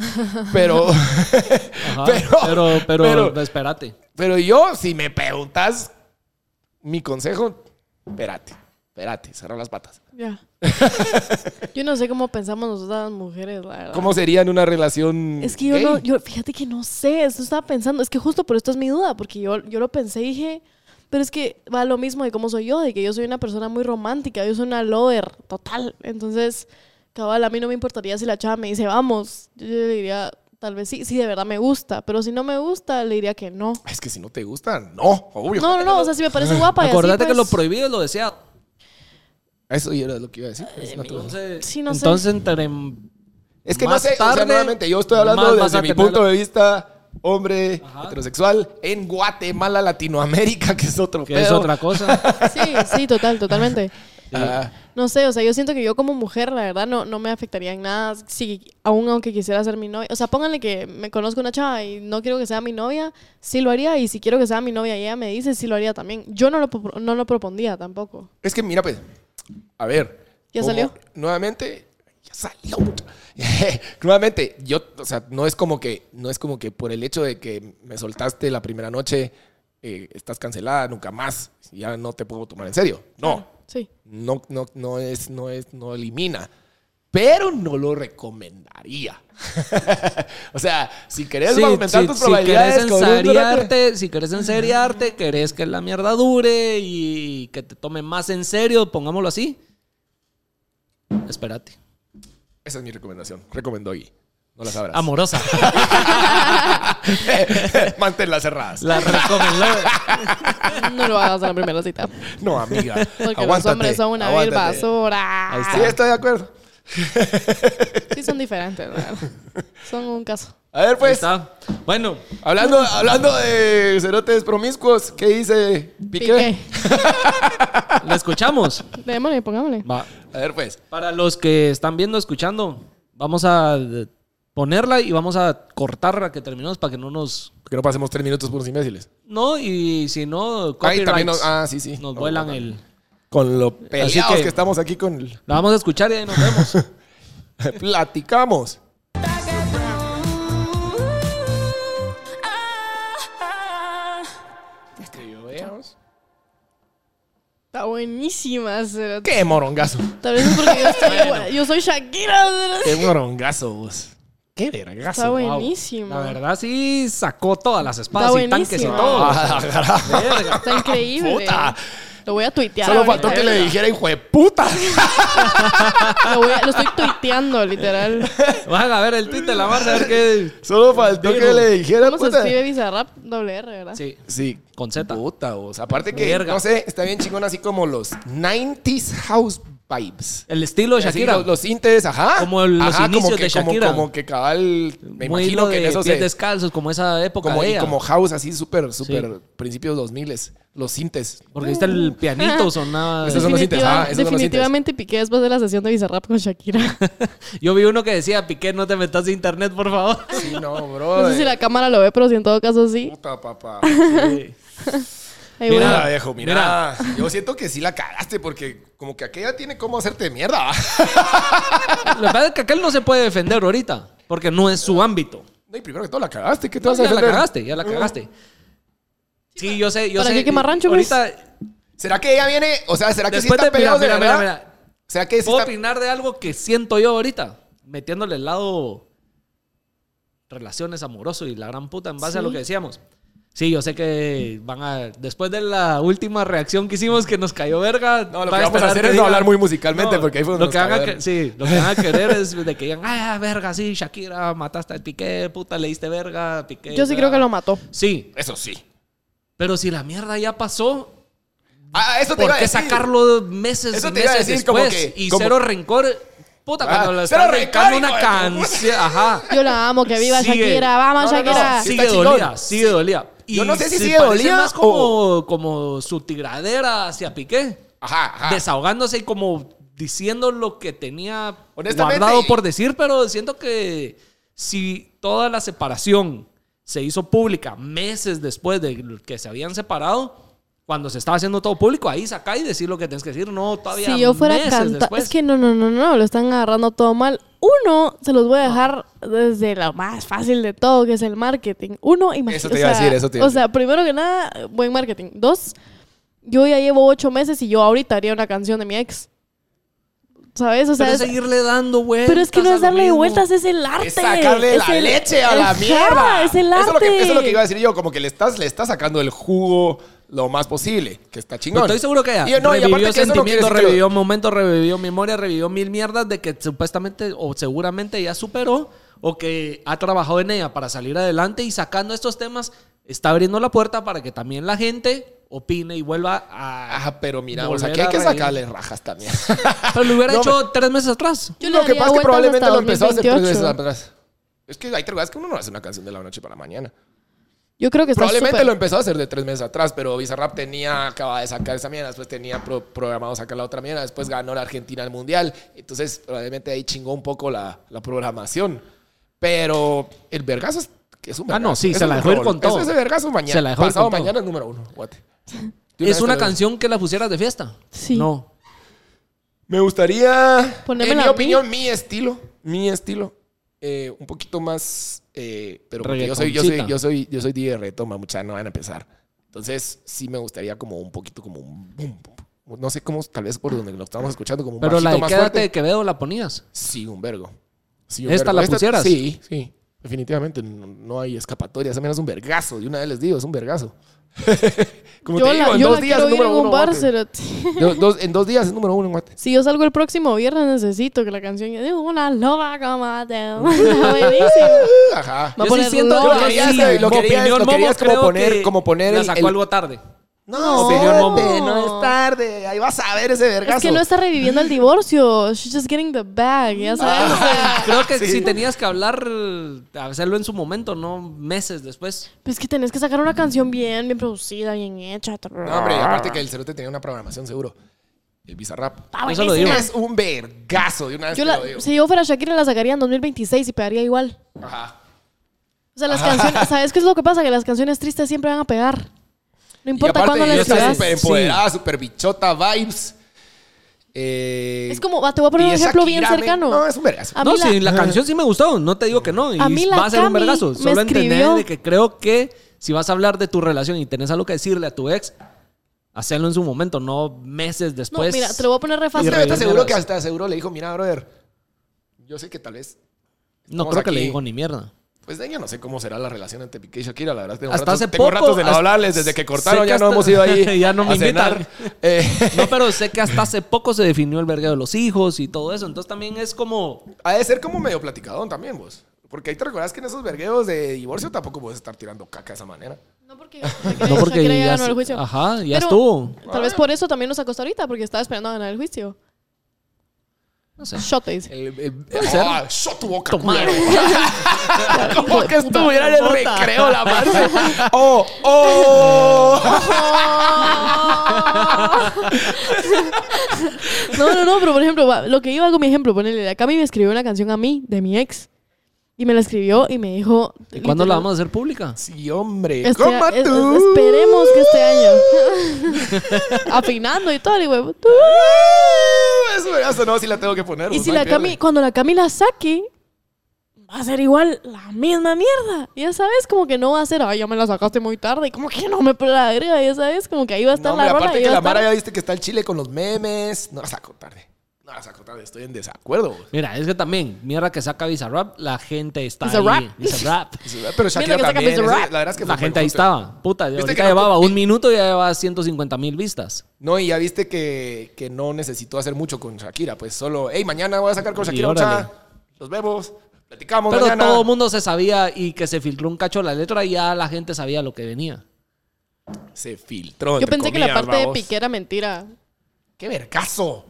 Speaker 3: Pero,
Speaker 2: Ajá,
Speaker 3: Pero-
Speaker 2: pero, pero,
Speaker 3: pero-
Speaker 2: espérate.
Speaker 3: pero yo, si me preguntas mi consejo, espérate, espérate, cerrar las patas.
Speaker 1: Ya. yo no sé cómo pensamos nosotras las mujeres, la verdad.
Speaker 2: Ah.
Speaker 3: ¿Cómo sería en una relación?
Speaker 1: Es que yo
Speaker 3: gay?
Speaker 1: no, yo, fíjate que no sé, eso estaba pensando, es que justo por esto es mi duda, porque yo, yo lo pensé y dije, pero es que va lo mismo de cómo soy yo, de que yo soy una persona muy romántica, yo soy una lover total, entonces, cabal, a mí no me importaría si la chava me dice, vamos, yo, yo le diría, tal vez sí, sí, de verdad me gusta, pero si no me gusta, le diría que no.
Speaker 3: Es que si no te gusta, no, obvio.
Speaker 1: No, no, no, o sea, si me parece guapa y así,
Speaker 2: Acordate que
Speaker 1: pues,
Speaker 2: lo prohibido es lo deseado.
Speaker 3: Eso yo era lo que iba a decir. pues, no te-
Speaker 2: Entonces,
Speaker 1: Sí, no sé.
Speaker 2: entonces entre-
Speaker 3: Es que no
Speaker 2: más
Speaker 3: sé, o sea,
Speaker 2: tarde,
Speaker 3: nuevamente, yo estoy
Speaker 2: más
Speaker 3: hablando
Speaker 2: vas a
Speaker 3: desde mi
Speaker 2: tener-
Speaker 3: punto de vista, hombre
Speaker 2: Ajá.
Speaker 3: heterosexual, en Guatemala, Latinoamérica, que es otro
Speaker 2: que
Speaker 3: pedo.
Speaker 2: es otra cosa.
Speaker 1: Sí, sí, total, totalmente.
Speaker 3: Ah,
Speaker 1: No sé, o sea, yo siento que yo como mujer, la verdad, no, no me afectaría en nada. Si, aún aunque quisiera ser mi novia. O sea, pónganle que me conozco una chava y no quiero que sea mi novia, sí lo haría. Y si quiero que sea mi novia y ella me dice, sí lo haría también. Yo no lo, pro- no lo propondría tampoco.
Speaker 3: es que mira, pues, a ver.
Speaker 1: ¿Ya
Speaker 3: como-
Speaker 1: salió?
Speaker 3: Nuevamente, ya salió. puta. nuevamente, yo, o sea, no es como que, no es como que por el hecho de que me soltaste la primera noche, eh, estás cancelada, nunca más, ya no te puedo tomar en serio. No,
Speaker 1: Sí.
Speaker 3: no, no, no es, no es, no elimina. Pero no lo recomendaría. o sea, si querés
Speaker 2: Sí,
Speaker 3: aumentar
Speaker 2: sí,
Speaker 3: tus
Speaker 2: si querés
Speaker 3: probabilidades con un durante-
Speaker 2: enseriarte, si querés enseriarte, querés que la mierda dure y que te tome más en serio, pongámoslo así. Espérate.
Speaker 3: Esa es mi recomendación. Recomendó y no las abras.
Speaker 2: Amorosa.
Speaker 3: Manténlas cerradas.
Speaker 2: La recomendó.
Speaker 1: No lo hagas en la primera cita.
Speaker 3: No, amiga.
Speaker 1: Porque los
Speaker 3: aguántate,
Speaker 1: hombres son una vil
Speaker 3: aguántate.
Speaker 1: basura.
Speaker 2: Ahí
Speaker 3: Sí, estoy de acuerdo.
Speaker 1: Sí, son diferentes, la verdad. Son un caso.
Speaker 3: A ver,
Speaker 2: Ahí
Speaker 3: pues,
Speaker 2: está. Bueno,
Speaker 3: hablando, hablando de cerotes promiscuos, ¿qué dice Piqué?
Speaker 1: Piqué.
Speaker 2: la escuchamos.
Speaker 1: Démosle, pongámosle.
Speaker 2: Va.
Speaker 3: A ver, pues.
Speaker 2: Para los que están viendo, escuchando, vamos a eh, ponerla y vamos a cortarla que terminemos para que no nos.
Speaker 3: Que no pasemos tres minutos por imbéciles.
Speaker 2: No, y si no,
Speaker 3: Ahí también
Speaker 2: copyrights.
Speaker 3: nos- ah, sí, sí.
Speaker 2: Nos
Speaker 3: No,
Speaker 2: vuelan
Speaker 3: no, no.
Speaker 2: el.
Speaker 3: Con lo peleados
Speaker 2: que-
Speaker 3: que... estamos aquí con el-
Speaker 2: La vamos a escuchar y ahí nos vemos.
Speaker 3: Platicamos.
Speaker 1: Está buenísima. Cero.
Speaker 3: ¡Qué morongazo!
Speaker 1: Tal vez es porque yo, estoy igual- yo soy Shakira. Cero.
Speaker 3: ¡Qué morongazo vos! ¡Qué vergazo!
Speaker 1: Está
Speaker 2: Wow.
Speaker 1: buenísima.
Speaker 2: La verdad, sí sacó todas las espadas
Speaker 1: Está
Speaker 2: y tanques y
Speaker 1: buenísima.
Speaker 2: todo.
Speaker 3: Ah, carajo.
Speaker 2: Verga.
Speaker 1: Está increíble.
Speaker 3: Puta.
Speaker 1: Lo voy a tuitear.
Speaker 3: Solo
Speaker 1: ahorita.
Speaker 3: faltó que le dijera, hijo de puta.
Speaker 1: Lo, voy a- lo estoy tuiteando, literal.
Speaker 2: Van a ver el tweet de la Marcia, a ver qué.
Speaker 3: Solo faltó que le dijera,
Speaker 1: ¿Cómo se
Speaker 3: puta.
Speaker 1: escribe Bizarrap? Doble R, ¿verdad?
Speaker 2: Sí,
Speaker 3: Sí.
Speaker 2: con Z.
Speaker 3: Puta, vos. Aparte que,
Speaker 2: Verga.
Speaker 3: no sé, está bien chingón así como los 90s house vibes.
Speaker 2: El estilo de
Speaker 3: Así
Speaker 2: Shakira.
Speaker 3: los, los sintes, ajá.
Speaker 2: Como los
Speaker 3: Ajá,
Speaker 2: inicios
Speaker 3: que,
Speaker 2: de
Speaker 3: como-
Speaker 2: Shakira.
Speaker 3: Como, que cabal, me
Speaker 2: Muy
Speaker 3: imagino
Speaker 2: lo
Speaker 3: que en
Speaker 2: de
Speaker 3: eso
Speaker 2: pies
Speaker 3: se...
Speaker 2: descalzos, como esa época
Speaker 3: Como,
Speaker 2: de
Speaker 3: y
Speaker 2: ella.
Speaker 3: como house así súper, súper principios 2000 los sintes.
Speaker 2: Porque ahí está
Speaker 1: Uh.
Speaker 2: el pianito sonaba.
Speaker 3: Esos son los
Speaker 1: Definitiva-
Speaker 3: sintes, ah, esos son los sintes.
Speaker 1: definitivamente piqué después de la sesión de Bizarrap con Shakira.
Speaker 2: Yo vi uno que decía, Piqué, no te metas a internet, por favor.
Speaker 3: Sí, no, bro.
Speaker 1: No sé si la cámara lo ve, pero si en todo caso sí.
Speaker 3: Puta, papá.
Speaker 1: Ahí voy.
Speaker 2: Mira,
Speaker 3: Mira, viejo, mira. Yo siento que sí la cagaste porque como que aquella tiene cómo hacerte mierda.
Speaker 2: Lo que pasa es que aquel no se puede defender ahorita, porque no es su ámbito.
Speaker 3: No, y primero que todo la cagaste. ¿Qué te vas
Speaker 2: ya
Speaker 3: a
Speaker 2: la
Speaker 3: defender?
Speaker 2: cagaste, ya la
Speaker 3: Uh.
Speaker 2: cagaste. Sí, yo sé, yo
Speaker 1: ¿Para
Speaker 2: sé.
Speaker 1: qué quemar rancho, pues?
Speaker 2: ahorita,
Speaker 3: ¿Será que ella viene? O sea, ¿será que
Speaker 2: después
Speaker 3: sí
Speaker 2: de
Speaker 3: está peleado
Speaker 2: mira,
Speaker 3: de
Speaker 2: mira, mira,
Speaker 3: verdad?
Speaker 2: mira.
Speaker 3: ¿Será que sí
Speaker 2: Puedo
Speaker 3: está...
Speaker 2: opinar de algo que siento yo ahorita, metiéndole el lado relaciones amoroso y la gran puta en base a
Speaker 1: Sí.
Speaker 2: lo que decíamos. Sí, yo sé que van a. Después de la última reacción que hicimos que nos cayó verga.
Speaker 3: No, lo
Speaker 2: van
Speaker 3: que vamos
Speaker 2: esperar
Speaker 3: a hacer
Speaker 2: que
Speaker 3: es no
Speaker 2: digan-
Speaker 3: hablar muy musicalmente
Speaker 2: No,
Speaker 3: porque ahí fue donde
Speaker 2: lo que,
Speaker 3: nos
Speaker 2: van a
Speaker 3: cagaron.
Speaker 2: que- sí, lo que van a querer es de que digan, ah, verga, sí, Shakira, mataste al Piqué, puta, le diste verga, Piqué.
Speaker 1: Yo sí creo que lo mató.
Speaker 2: Sí,
Speaker 3: Eso sí.
Speaker 2: pero si la mierda ya pasó,
Speaker 3: Ah, eso te
Speaker 2: ¿Por
Speaker 3: iba a
Speaker 2: qué
Speaker 3: decir.
Speaker 2: sacarlo meses
Speaker 3: Eso
Speaker 2: y
Speaker 3: te iba a
Speaker 2: meses
Speaker 3: decir, como
Speaker 2: después?
Speaker 3: que-
Speaker 2: y
Speaker 3: como-
Speaker 2: cero rencor. Puta,
Speaker 3: Ah,
Speaker 2: cuando le
Speaker 3: cero
Speaker 2: están
Speaker 3: rencor,
Speaker 2: dedicando
Speaker 3: hijo
Speaker 2: una
Speaker 3: de tu
Speaker 2: canción. Ajá.
Speaker 1: Yo la amo, que viva
Speaker 2: Sigue.
Speaker 1: Shakira. Vamos,
Speaker 3: No, no, no,
Speaker 1: Shakira.
Speaker 3: sí.
Speaker 2: Sigue
Speaker 3: está chingón.
Speaker 2: dolida, sigue dolida. Y
Speaker 3: Yo no sé si
Speaker 2: se
Speaker 3: sigue
Speaker 2: parece
Speaker 3: dolida
Speaker 2: más como, como su tiradera hacia Piqué.
Speaker 3: Ajá, ajá.
Speaker 2: Desahogándose y como diciendo lo que tenía
Speaker 3: Honestamente,
Speaker 2: guardado
Speaker 3: y-
Speaker 2: por decir, pero siento que si toda la separación se hizo pública meses después de que se habían separado, Cuando se estaba haciendo todo público, ahí saca y decir lo que tienes que decir. No, todavía.
Speaker 1: Si yo fuera
Speaker 2: meses
Speaker 1: cantante.
Speaker 2: después.
Speaker 1: Es que no, no, no, no, lo están agarrando todo mal. Uno, se los voy a dejar desde lo más fácil de todo, que es el marketing. Uno, imagínate.
Speaker 3: Eso te iba a decir, eso te iba a
Speaker 1: O sea, primero que nada, buen marketing. Dos, yo ya llevo ocho meses y yo ahorita haría una canción de mi ex. ¿Sabes? O sea,
Speaker 2: Pero
Speaker 1: es-
Speaker 2: seguirle dando vueltas.
Speaker 1: pero es que no
Speaker 2: a
Speaker 1: es
Speaker 2: lo
Speaker 1: darle
Speaker 2: mismo.
Speaker 1: vueltas, es el arte.
Speaker 3: Es sacarle la
Speaker 1: el-
Speaker 3: leche a la
Speaker 1: Ajá,
Speaker 3: mierda.
Speaker 1: Es el arte.
Speaker 3: Eso, es lo que, eso es lo que iba a decir yo, como que le estás, le estás sacando el jugo lo más posible, que está chingón.
Speaker 2: Pero estoy seguro que ya.
Speaker 3: Y yo, no, y
Speaker 2: revivió
Speaker 3: aparte que eso no quiere
Speaker 2: sentimientos,
Speaker 3: decir que lo-
Speaker 2: revivió momentos, revivió memoria, revivió mil mierdas de que supuestamente o seguramente ya superó o que ha trabajado en ella para salir adelante y sacando estos temas está abriendo la puerta para que también la gente opine y vuelva a...
Speaker 3: Ah, pero mira, o
Speaker 2: Volver
Speaker 3: sea, que
Speaker 2: a
Speaker 3: hay que
Speaker 2: reír.
Speaker 3: sacarle rajas también.
Speaker 2: Pero lo hubiera
Speaker 3: No,
Speaker 2: hecho tres meses atrás.
Speaker 1: Yo le
Speaker 3: lo que
Speaker 1: daría
Speaker 3: pasa es
Speaker 1: vueltas
Speaker 3: que probablemente
Speaker 1: hasta
Speaker 3: lo empezó a hacer tres veces
Speaker 1: 2028.
Speaker 3: atrás. Es que hay tres que uno no hace una canción de la noche para la mañana.
Speaker 1: Yo creo que está
Speaker 3: Probablemente
Speaker 1: súper-
Speaker 3: lo em, empezó a hacer de tres meses atrás, pero Bizarrap tenía, acaba de sacar esa mierda, después tenía pro- programado sacar la otra mierda, después ganó la Argentina al Mundial. Entonces, probablemente ahí chingó un poco la, la programación. Pero el vergazo es, que es un
Speaker 2: Ah, no,
Speaker 3: vergazo.
Speaker 2: sí,
Speaker 3: Es
Speaker 2: se
Speaker 3: un
Speaker 2: la dejó ir
Speaker 3: número
Speaker 2: con
Speaker 3: uno.
Speaker 2: todo.
Speaker 3: Ese vergazo mañana.
Speaker 2: Se la dejó ir
Speaker 3: Pasado
Speaker 2: con todo.
Speaker 3: mañana es número uno, guate. De una
Speaker 2: Es
Speaker 3: vez
Speaker 2: una
Speaker 3: te lo digo.
Speaker 2: canción que la pusieras de fiesta.
Speaker 1: Sí.
Speaker 2: No.
Speaker 3: Me gustaría,
Speaker 1: Ponémela
Speaker 3: en mi
Speaker 1: a mí.
Speaker 3: opinión, mi estilo, mi estilo, eh, un poquito más, eh, pero porque yo soy, yo soy,
Speaker 2: Reggaetoncita.
Speaker 3: yo soy, yo soy DJ retoma, mucha no van a empezar. Entonces sí me gustaría como un poquito como un boom, boom. no sé cómo, tal vez por donde lo estamos escuchando como un
Speaker 2: Pero la
Speaker 3: bajito
Speaker 2: de
Speaker 3: más
Speaker 2: Quédate de
Speaker 3: fuerte.
Speaker 2: Quevedo la ponías.
Speaker 3: Sí, un vergo. Sí,
Speaker 2: ¿Esta la pusieras?
Speaker 3: Sí, sí. Definitivamente no, no hay escapatoria. Esa mierda es un vergazo. De una vez les digo, es un vergazo. Como
Speaker 1: Yo
Speaker 3: te digo,
Speaker 1: la,
Speaker 3: en
Speaker 1: yo
Speaker 3: dos
Speaker 1: la
Speaker 3: días
Speaker 1: quiero
Speaker 3: es
Speaker 1: ir en
Speaker 3: número
Speaker 1: un
Speaker 3: uno.
Speaker 1: bar,
Speaker 3: guate.
Speaker 1: cerote.
Speaker 3: Dos- dos- en dos días es número uno, en guate.
Speaker 1: Si yo salgo el próximo viernes, necesito que la canción. Yo digo, una loba como te. Está buenísimo.
Speaker 3: Ajá.
Speaker 1: Va a
Speaker 2: Yo sí
Speaker 1: poner
Speaker 2: siento
Speaker 1: loba.
Speaker 2: que
Speaker 3: Lo querías,
Speaker 2: sí,
Speaker 3: eh, lo
Speaker 2: mi
Speaker 3: querías,
Speaker 2: opinión,
Speaker 3: lo querías
Speaker 2: Momo,
Speaker 3: como
Speaker 2: creo
Speaker 3: poner-
Speaker 2: que
Speaker 3: como poner
Speaker 2: la
Speaker 3: el-
Speaker 2: sacó
Speaker 3: el-
Speaker 2: algo tarde.
Speaker 3: No,
Speaker 1: Opinión,
Speaker 3: no,
Speaker 1: Momo.
Speaker 3: no es tarde. Ahí vas a ver ese vergazo.
Speaker 1: Es que no está reviviendo el divorcio. She's just getting the bag, ya sabes.
Speaker 3: Ah.
Speaker 1: o sea.
Speaker 2: Creo que si tenías que hablar, eh, hacerlo en su momento, no meses después.
Speaker 1: Pero es que tenés que sacar una canción bien, bien producida, bien hecha.
Speaker 3: No, hombre, y aparte que el cerote tenía una programación seguro. El Bizarrap.
Speaker 1: Está
Speaker 2: Eso lo
Speaker 1: buenísima.
Speaker 2: digo.
Speaker 3: Es un vergazo de una
Speaker 1: Ah,
Speaker 3: vez
Speaker 1: Yo
Speaker 3: te
Speaker 1: la-
Speaker 3: lo digo.
Speaker 1: si yo fuera Shakira, la sacaría en 2026 y pegaría igual.
Speaker 3: Ajá.
Speaker 1: O sea, las canciones. ¿Sabes qué es lo que pasa? Que las canciones tristes siempre van a pegar. No
Speaker 3: Y
Speaker 1: importa
Speaker 3: aparte,
Speaker 1: cuándo
Speaker 3: ella
Speaker 1: le
Speaker 3: está
Speaker 1: escribas.
Speaker 3: súper empoderada, súper bichota, vibes. Eh,
Speaker 1: Es como, va, te voy a poner
Speaker 3: y
Speaker 1: un
Speaker 3: es
Speaker 1: ejemplo bien
Speaker 3: Shakira, men.
Speaker 1: cercano. Ah,
Speaker 3: No, es un vergazo.
Speaker 1: A
Speaker 2: no,
Speaker 1: mí la-
Speaker 2: sí, la canción sí me gustó, no te digo que no. Y
Speaker 1: A mí la
Speaker 2: va a ser un
Speaker 1: Cami
Speaker 2: vergazo.
Speaker 1: me
Speaker 2: Solo entender
Speaker 1: escribió-
Speaker 2: de que creo que si vas a hablar de tu relación y tenés algo que decirle a tu ex, hacerlo en su momento, no meses
Speaker 1: No,
Speaker 2: después.
Speaker 3: pues
Speaker 1: mira, te lo voy a poner re fácil.
Speaker 3: Yo estoy seguro
Speaker 2: rellenas.
Speaker 3: que hasta seguro le dijo, mira, brother, yo sé que tal vez...
Speaker 2: No
Speaker 3: Estamos
Speaker 2: creo que le
Speaker 3: aquí.
Speaker 2: digo ni mierda.
Speaker 3: Pues de ella no sé cómo será la relación entre Piqué y Shakira, la verdad. Tengo
Speaker 2: Hasta
Speaker 3: ratos,
Speaker 2: hace
Speaker 3: tengo
Speaker 2: poco,
Speaker 3: ratos de no
Speaker 2: hasta-
Speaker 3: hablarles, desde que cortaron
Speaker 2: sé que
Speaker 3: ya no
Speaker 2: hasta-
Speaker 3: hemos ido ahí
Speaker 2: Ya no me
Speaker 3: a cenar.
Speaker 2: invitan.
Speaker 3: Eh,
Speaker 2: No, pero sé que hasta hace poco se definió el vergueo de los hijos y todo eso. Entonces también es como.
Speaker 3: Ha de ser como medio platicadón también vos. Porque ahí te recordás que en esos vergueos de divorcio tampoco puedes estar tirando caca de esa manera.
Speaker 1: No porque, Shakira-
Speaker 2: No porque
Speaker 1: Shakira ya
Speaker 2: ya
Speaker 1: ganó
Speaker 2: se-
Speaker 1: el juicio.
Speaker 2: Ajá, ya
Speaker 1: Pero
Speaker 2: estuvo.
Speaker 1: Tal vez por eso también nos acostó ahorita, porque estaba esperando a ganar el juicio.
Speaker 2: No sé.
Speaker 1: Yo te dice.
Speaker 3: El, el,
Speaker 2: ser.
Speaker 3: Ah, shot tu boca,
Speaker 2: Toma.
Speaker 3: culero. Como que estuviera en el
Speaker 2: Bota.
Speaker 3: recreo la madre. Oh, oh.
Speaker 1: No, no, no, pero por ejemplo, va, lo que iba con mi ejemplo, ponele, la Cami me escribió una canción a mí, de mi ex. Y me la escribió y me dijo...
Speaker 2: ¿Y cuándo la
Speaker 1: literal,
Speaker 2: vamos a hacer pública?
Speaker 3: Sí, hombre.
Speaker 1: espera-
Speaker 3: Coma
Speaker 1: Este, es- es-
Speaker 3: tú.
Speaker 1: esperemos que este año. Afinando y todo, y huevo.
Speaker 3: Uh, Eso vergazo, no, sí la tengo que poner.
Speaker 1: Y
Speaker 3: pues,
Speaker 1: si
Speaker 3: no
Speaker 1: la
Speaker 3: hay
Speaker 1: Cami,
Speaker 3: pierde.
Speaker 1: cuando la Cami la saque, va a ser igual la misma mierda. Ya sabes, como que no va a ser, ay, ya me la sacaste muy tarde. Y como que no me pela la verga, ya sabes, como que ahí va a
Speaker 3: No,
Speaker 1: estar
Speaker 3: hombre,
Speaker 1: la rola.
Speaker 3: aparte
Speaker 1: ahí
Speaker 3: que
Speaker 1: va a
Speaker 3: la
Speaker 1: estar-
Speaker 3: Mara ya viste que está el chile con los memes. No la saco tarde. No la saco tarde, estoy en desacuerdo. vos.
Speaker 2: Mira, es que también, mierda que saca Bizarrap, la gente está
Speaker 1: Bizarrap.
Speaker 2: ahí. Bizarrap.
Speaker 3: Pero Shakira
Speaker 1: que saca
Speaker 3: también.
Speaker 1: Mr.
Speaker 3: ese-
Speaker 1: Rap.
Speaker 3: La verdad es que
Speaker 2: la
Speaker 3: fue buen
Speaker 2: gente ahí
Speaker 3: junte.
Speaker 2: estaba. Puta, ahorita
Speaker 3: que no-
Speaker 2: llevaba un minuto y ya llevaba 150 mil vistas.
Speaker 3: No, y ya viste que, que no necesitó hacer mucho con Shakira. Pues solo, hey, mañana voy a sacar con
Speaker 2: Y
Speaker 3: Shakira.
Speaker 2: órale.
Speaker 3: mucha. Los vemos, platicamos
Speaker 2: Pero
Speaker 3: mañana.
Speaker 2: todo el mundo se sabía y que se filtró un cacho la letra y ya la gente sabía lo que venía.
Speaker 3: Se filtró.
Speaker 1: Yo
Speaker 3: entre
Speaker 1: pensé que la
Speaker 3: comillas,
Speaker 1: parte de
Speaker 3: babos.
Speaker 1: Piqué era mentira.
Speaker 3: ¡Qué vergazo!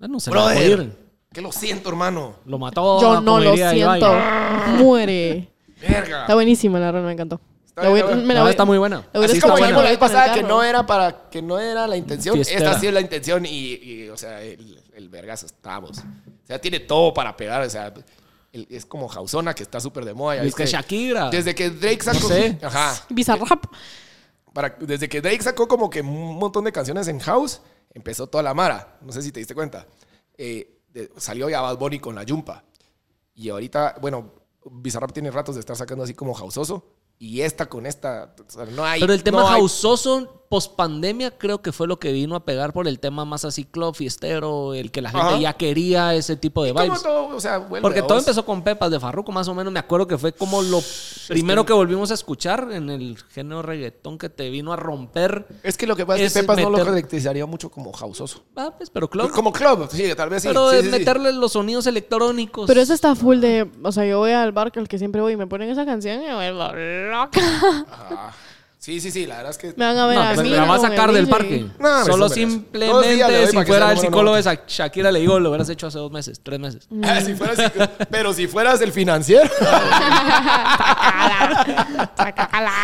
Speaker 2: Ya No se la dejó
Speaker 3: ¡Brother!
Speaker 2: ir.
Speaker 3: Que lo siento, hermano.
Speaker 2: Lo mató.
Speaker 1: Yo
Speaker 2: como
Speaker 1: no lo
Speaker 2: diría Ibai.
Speaker 1: siento. Muere.
Speaker 3: ¡Verga!
Speaker 1: Está buenísima la rola, me encantó.
Speaker 3: Está
Speaker 1: La voy-
Speaker 3: bien, está
Speaker 1: me la
Speaker 2: No,
Speaker 1: voy-
Speaker 2: está muy buena.
Speaker 1: La voy a
Speaker 3: Así como
Speaker 1: escuchar
Speaker 3: dijimos
Speaker 1: por
Speaker 3: la
Speaker 1: ahí
Speaker 3: vez
Speaker 1: con el
Speaker 3: pasada que
Speaker 1: carro.
Speaker 3: no era para que no era la intención,
Speaker 2: Fiestera.
Speaker 3: esta sí es la intención y, y, o sea, el, el vergazo estamos. O sea, tiene todo para pegar, o sea, el- es como Jausona que está súper de moda. ya
Speaker 2: Y es que
Speaker 3: viste.
Speaker 2: Shakira.
Speaker 3: Desde que Drake sacó
Speaker 2: sé.
Speaker 3: Ajá.
Speaker 1: Ah, Bizarrap.
Speaker 3: Para, desde que Drake sacó como que un montón de canciones en house, empezó toda la mara. No sé si te diste cuenta. Eh, de- salió ya Bad Bunny con la Yumpa. Y ahorita, bueno, Bizarrap tiene ratos de estar sacando así como houseoso. Y esta con esta, o sea, no hay...
Speaker 2: Pero el tema
Speaker 3: no hay-
Speaker 2: houseoso post pandemia creo que fue lo que vino a pegar por el tema más así club fiestero, el que la gente
Speaker 3: Ajá.
Speaker 2: ya quería ese tipo de
Speaker 3: Como
Speaker 2: vibes.
Speaker 3: todo, o sea, vuelve
Speaker 2: Porque
Speaker 3: a
Speaker 2: todo
Speaker 3: vos.
Speaker 2: empezó con Pepas de Farruko, más o menos. Me acuerdo que fue como lo primero que volvimos a escuchar en el género reggaetón que te vino a romper.
Speaker 3: Es que lo que pasa es, que
Speaker 2: es
Speaker 3: Pepas no lo
Speaker 2: meter-
Speaker 3: caracterizaría mucho como houseoso.
Speaker 2: Ah, pues, pero club.
Speaker 3: Como club, sí, tal vez sí.
Speaker 2: pero
Speaker 3: sí,
Speaker 2: es
Speaker 3: sí, sí.
Speaker 2: meterle los sonidos electrónicos.
Speaker 1: Pero eso está full de. O sea, yo voy al bar al que siempre voy y me ponen esa canción y me vuelvo loca.
Speaker 3: Ajá. Sí, sí, sí, la verdad es que...
Speaker 1: Me van a ver
Speaker 2: No,
Speaker 1: a
Speaker 2: pues,
Speaker 1: mí.
Speaker 2: la va a
Speaker 1: con el
Speaker 2: sacar del
Speaker 1: DJ.
Speaker 2: parque.
Speaker 3: No, hombre,
Speaker 2: Solo
Speaker 3: súper eso. Dos días le doy
Speaker 2: simplemente
Speaker 3: para
Speaker 2: si fuera
Speaker 3: que sea
Speaker 2: el
Speaker 3: número
Speaker 2: psicólogo
Speaker 3: uno.
Speaker 2: de Sha- Shakira, le digo, lo hubieras hecho hace dos meses, tres meses.
Speaker 3: Ah, si fueras psico- pero si fueras el financiero.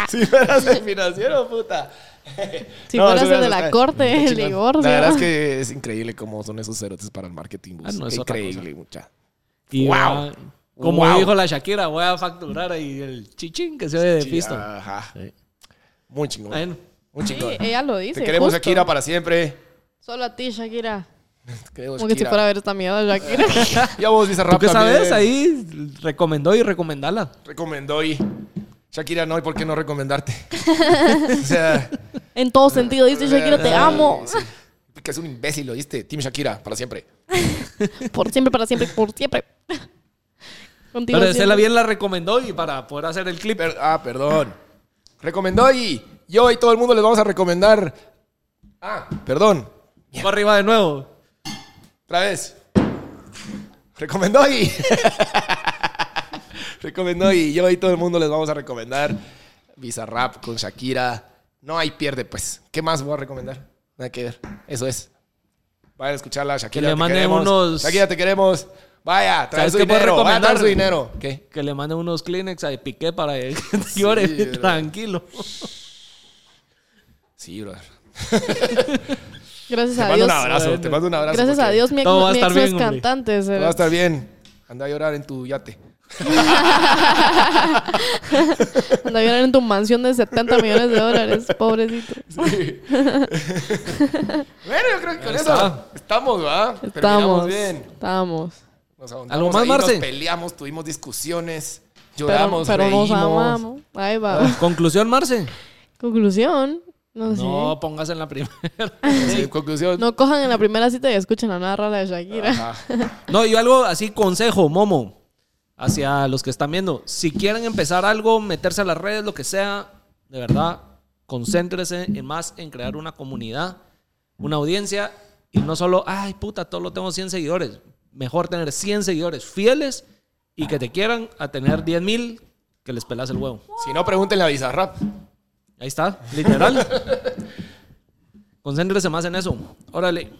Speaker 3: si fueras el financiero, puta.
Speaker 1: Si
Speaker 3: No,
Speaker 1: fueras
Speaker 3: eso
Speaker 1: el de
Speaker 3: hubiera-
Speaker 1: la corte,
Speaker 3: Qué
Speaker 1: el
Speaker 3: chingón.
Speaker 1: divorcio.
Speaker 3: La verdad es que es increíble cómo son esos cerotes para el marketing. bus.
Speaker 2: Ah, no, es
Speaker 3: Qué
Speaker 2: otra
Speaker 3: increíble, mucha.
Speaker 2: Y
Speaker 3: Wow.
Speaker 2: va- Como
Speaker 3: Wow.
Speaker 2: dijo la Shakira, voy a facturar ahí el chichín que se ve de pisto.
Speaker 3: Ajá. Muy chingón.
Speaker 2: Bueno.
Speaker 3: Muy
Speaker 1: Sí,
Speaker 3: chingón.
Speaker 1: ella lo dice.
Speaker 3: Te queremos,
Speaker 1: justo.
Speaker 3: Shakira, para siempre.
Speaker 1: Solo a ti, Shakira.
Speaker 3: Te queremos,
Speaker 1: Como que si
Speaker 3: Shakira.
Speaker 1: fuera a ver esta mierda, Shakira.
Speaker 3: Ya vos, Visa
Speaker 2: ¿Tú
Speaker 3: Rap
Speaker 2: qué
Speaker 3: también.
Speaker 2: sabes? Ahí recomendó y recomendala.
Speaker 3: Recomendó y... Shakira, no, ¿y por qué no recomendarte? o sea...
Speaker 1: en todo sentido, dice este Shakira, te
Speaker 3: Ay,
Speaker 1: amo.
Speaker 3: sí. Que es un imbécil, lo diste. Team Shakira, para siempre.
Speaker 1: Por siempre, para siempre, por siempre. Contigo.
Speaker 2: Pero usted
Speaker 1: siempre.
Speaker 2: la bien la recomendó y para poder hacer el clip.
Speaker 3: Per- ah, perdón. Recomendó y yo y todo el mundo les vamos a recomendar. Ah, perdón.
Speaker 2: Fue arriba de nuevo.
Speaker 3: Otra vez. Recomendó y. Recomendó y yo y todo el mundo les vamos a recomendar. Bizarrap con Shakira. No hay pierde, pues. ¿Qué más voy a recomendar? Nada que ver. Eso es. Vayan a escucharla, Shakira.
Speaker 2: le
Speaker 3: te
Speaker 2: manden
Speaker 3: queremos.
Speaker 2: unos-
Speaker 3: Shakira, te queremos. Vaya, trae
Speaker 2: ¿Sabes
Speaker 3: su
Speaker 2: qué puedes
Speaker 3: dinero. Vaya a traer
Speaker 2: recomendar?
Speaker 3: su dinero. ¿Qué?
Speaker 2: Que le mande unos Kleenex a Piqué para que llore
Speaker 3: bro.
Speaker 2: tranquilo.
Speaker 3: Sí, brother.
Speaker 1: Gracias
Speaker 3: Te
Speaker 1: a
Speaker 3: mando
Speaker 1: Dios.
Speaker 3: un abrazo. Te mando un abrazo.
Speaker 1: Gracias a
Speaker 3: porque
Speaker 1: Dios, mi ex,
Speaker 2: todo va a
Speaker 1: mi
Speaker 2: estar
Speaker 1: ex no es
Speaker 2: bien, hombre.
Speaker 1: cantante.
Speaker 3: todo
Speaker 1: será.
Speaker 3: Va a estar bien. Anda a llorar en tu yate.
Speaker 1: Cuando vieran en tu mansión de 70 millones de dólares, pobrecito.
Speaker 3: Bueno, yo creo que con
Speaker 2: Ahí
Speaker 3: eso
Speaker 2: está.
Speaker 3: estamos, ¿verdad? Terminamos
Speaker 1: Estamos.
Speaker 3: bien.
Speaker 1: Estamos.
Speaker 3: Nos ahondamos
Speaker 2: ¿Algo más,
Speaker 3: ahí,
Speaker 2: Marce?
Speaker 3: Nos peleamos, tuvimos discusiones,
Speaker 1: Pero,
Speaker 3: lloramos,
Speaker 1: pero
Speaker 3: reímos. Ah.
Speaker 1: nos amamos. Ahí va.
Speaker 2: Conclusión, Marce.
Speaker 1: Conclusión. No sé.
Speaker 2: No pongas en la primera.
Speaker 3: Sí, en eh, conclusión.
Speaker 1: No cojan en la primera cita y escuchen la narra de Shakira.
Speaker 3: Ajá.
Speaker 2: No, yo algo así, consejo, Momo, hacia los que están viendo. Si quieren empezar algo, meterse a las redes, lo que sea, de verdad, concéntrese en más en crear una comunidad, una audiencia, y no solo, ay, puta, todo lo tengo 100 seguidores. Mejor tener 100 seguidores fieles y que te quieran a tener 10 mil que les pelas el huevo.
Speaker 3: Si no, pregúntenle a Bizarrap.
Speaker 2: Ahí está, literal. Concéntrese más en eso. Órale.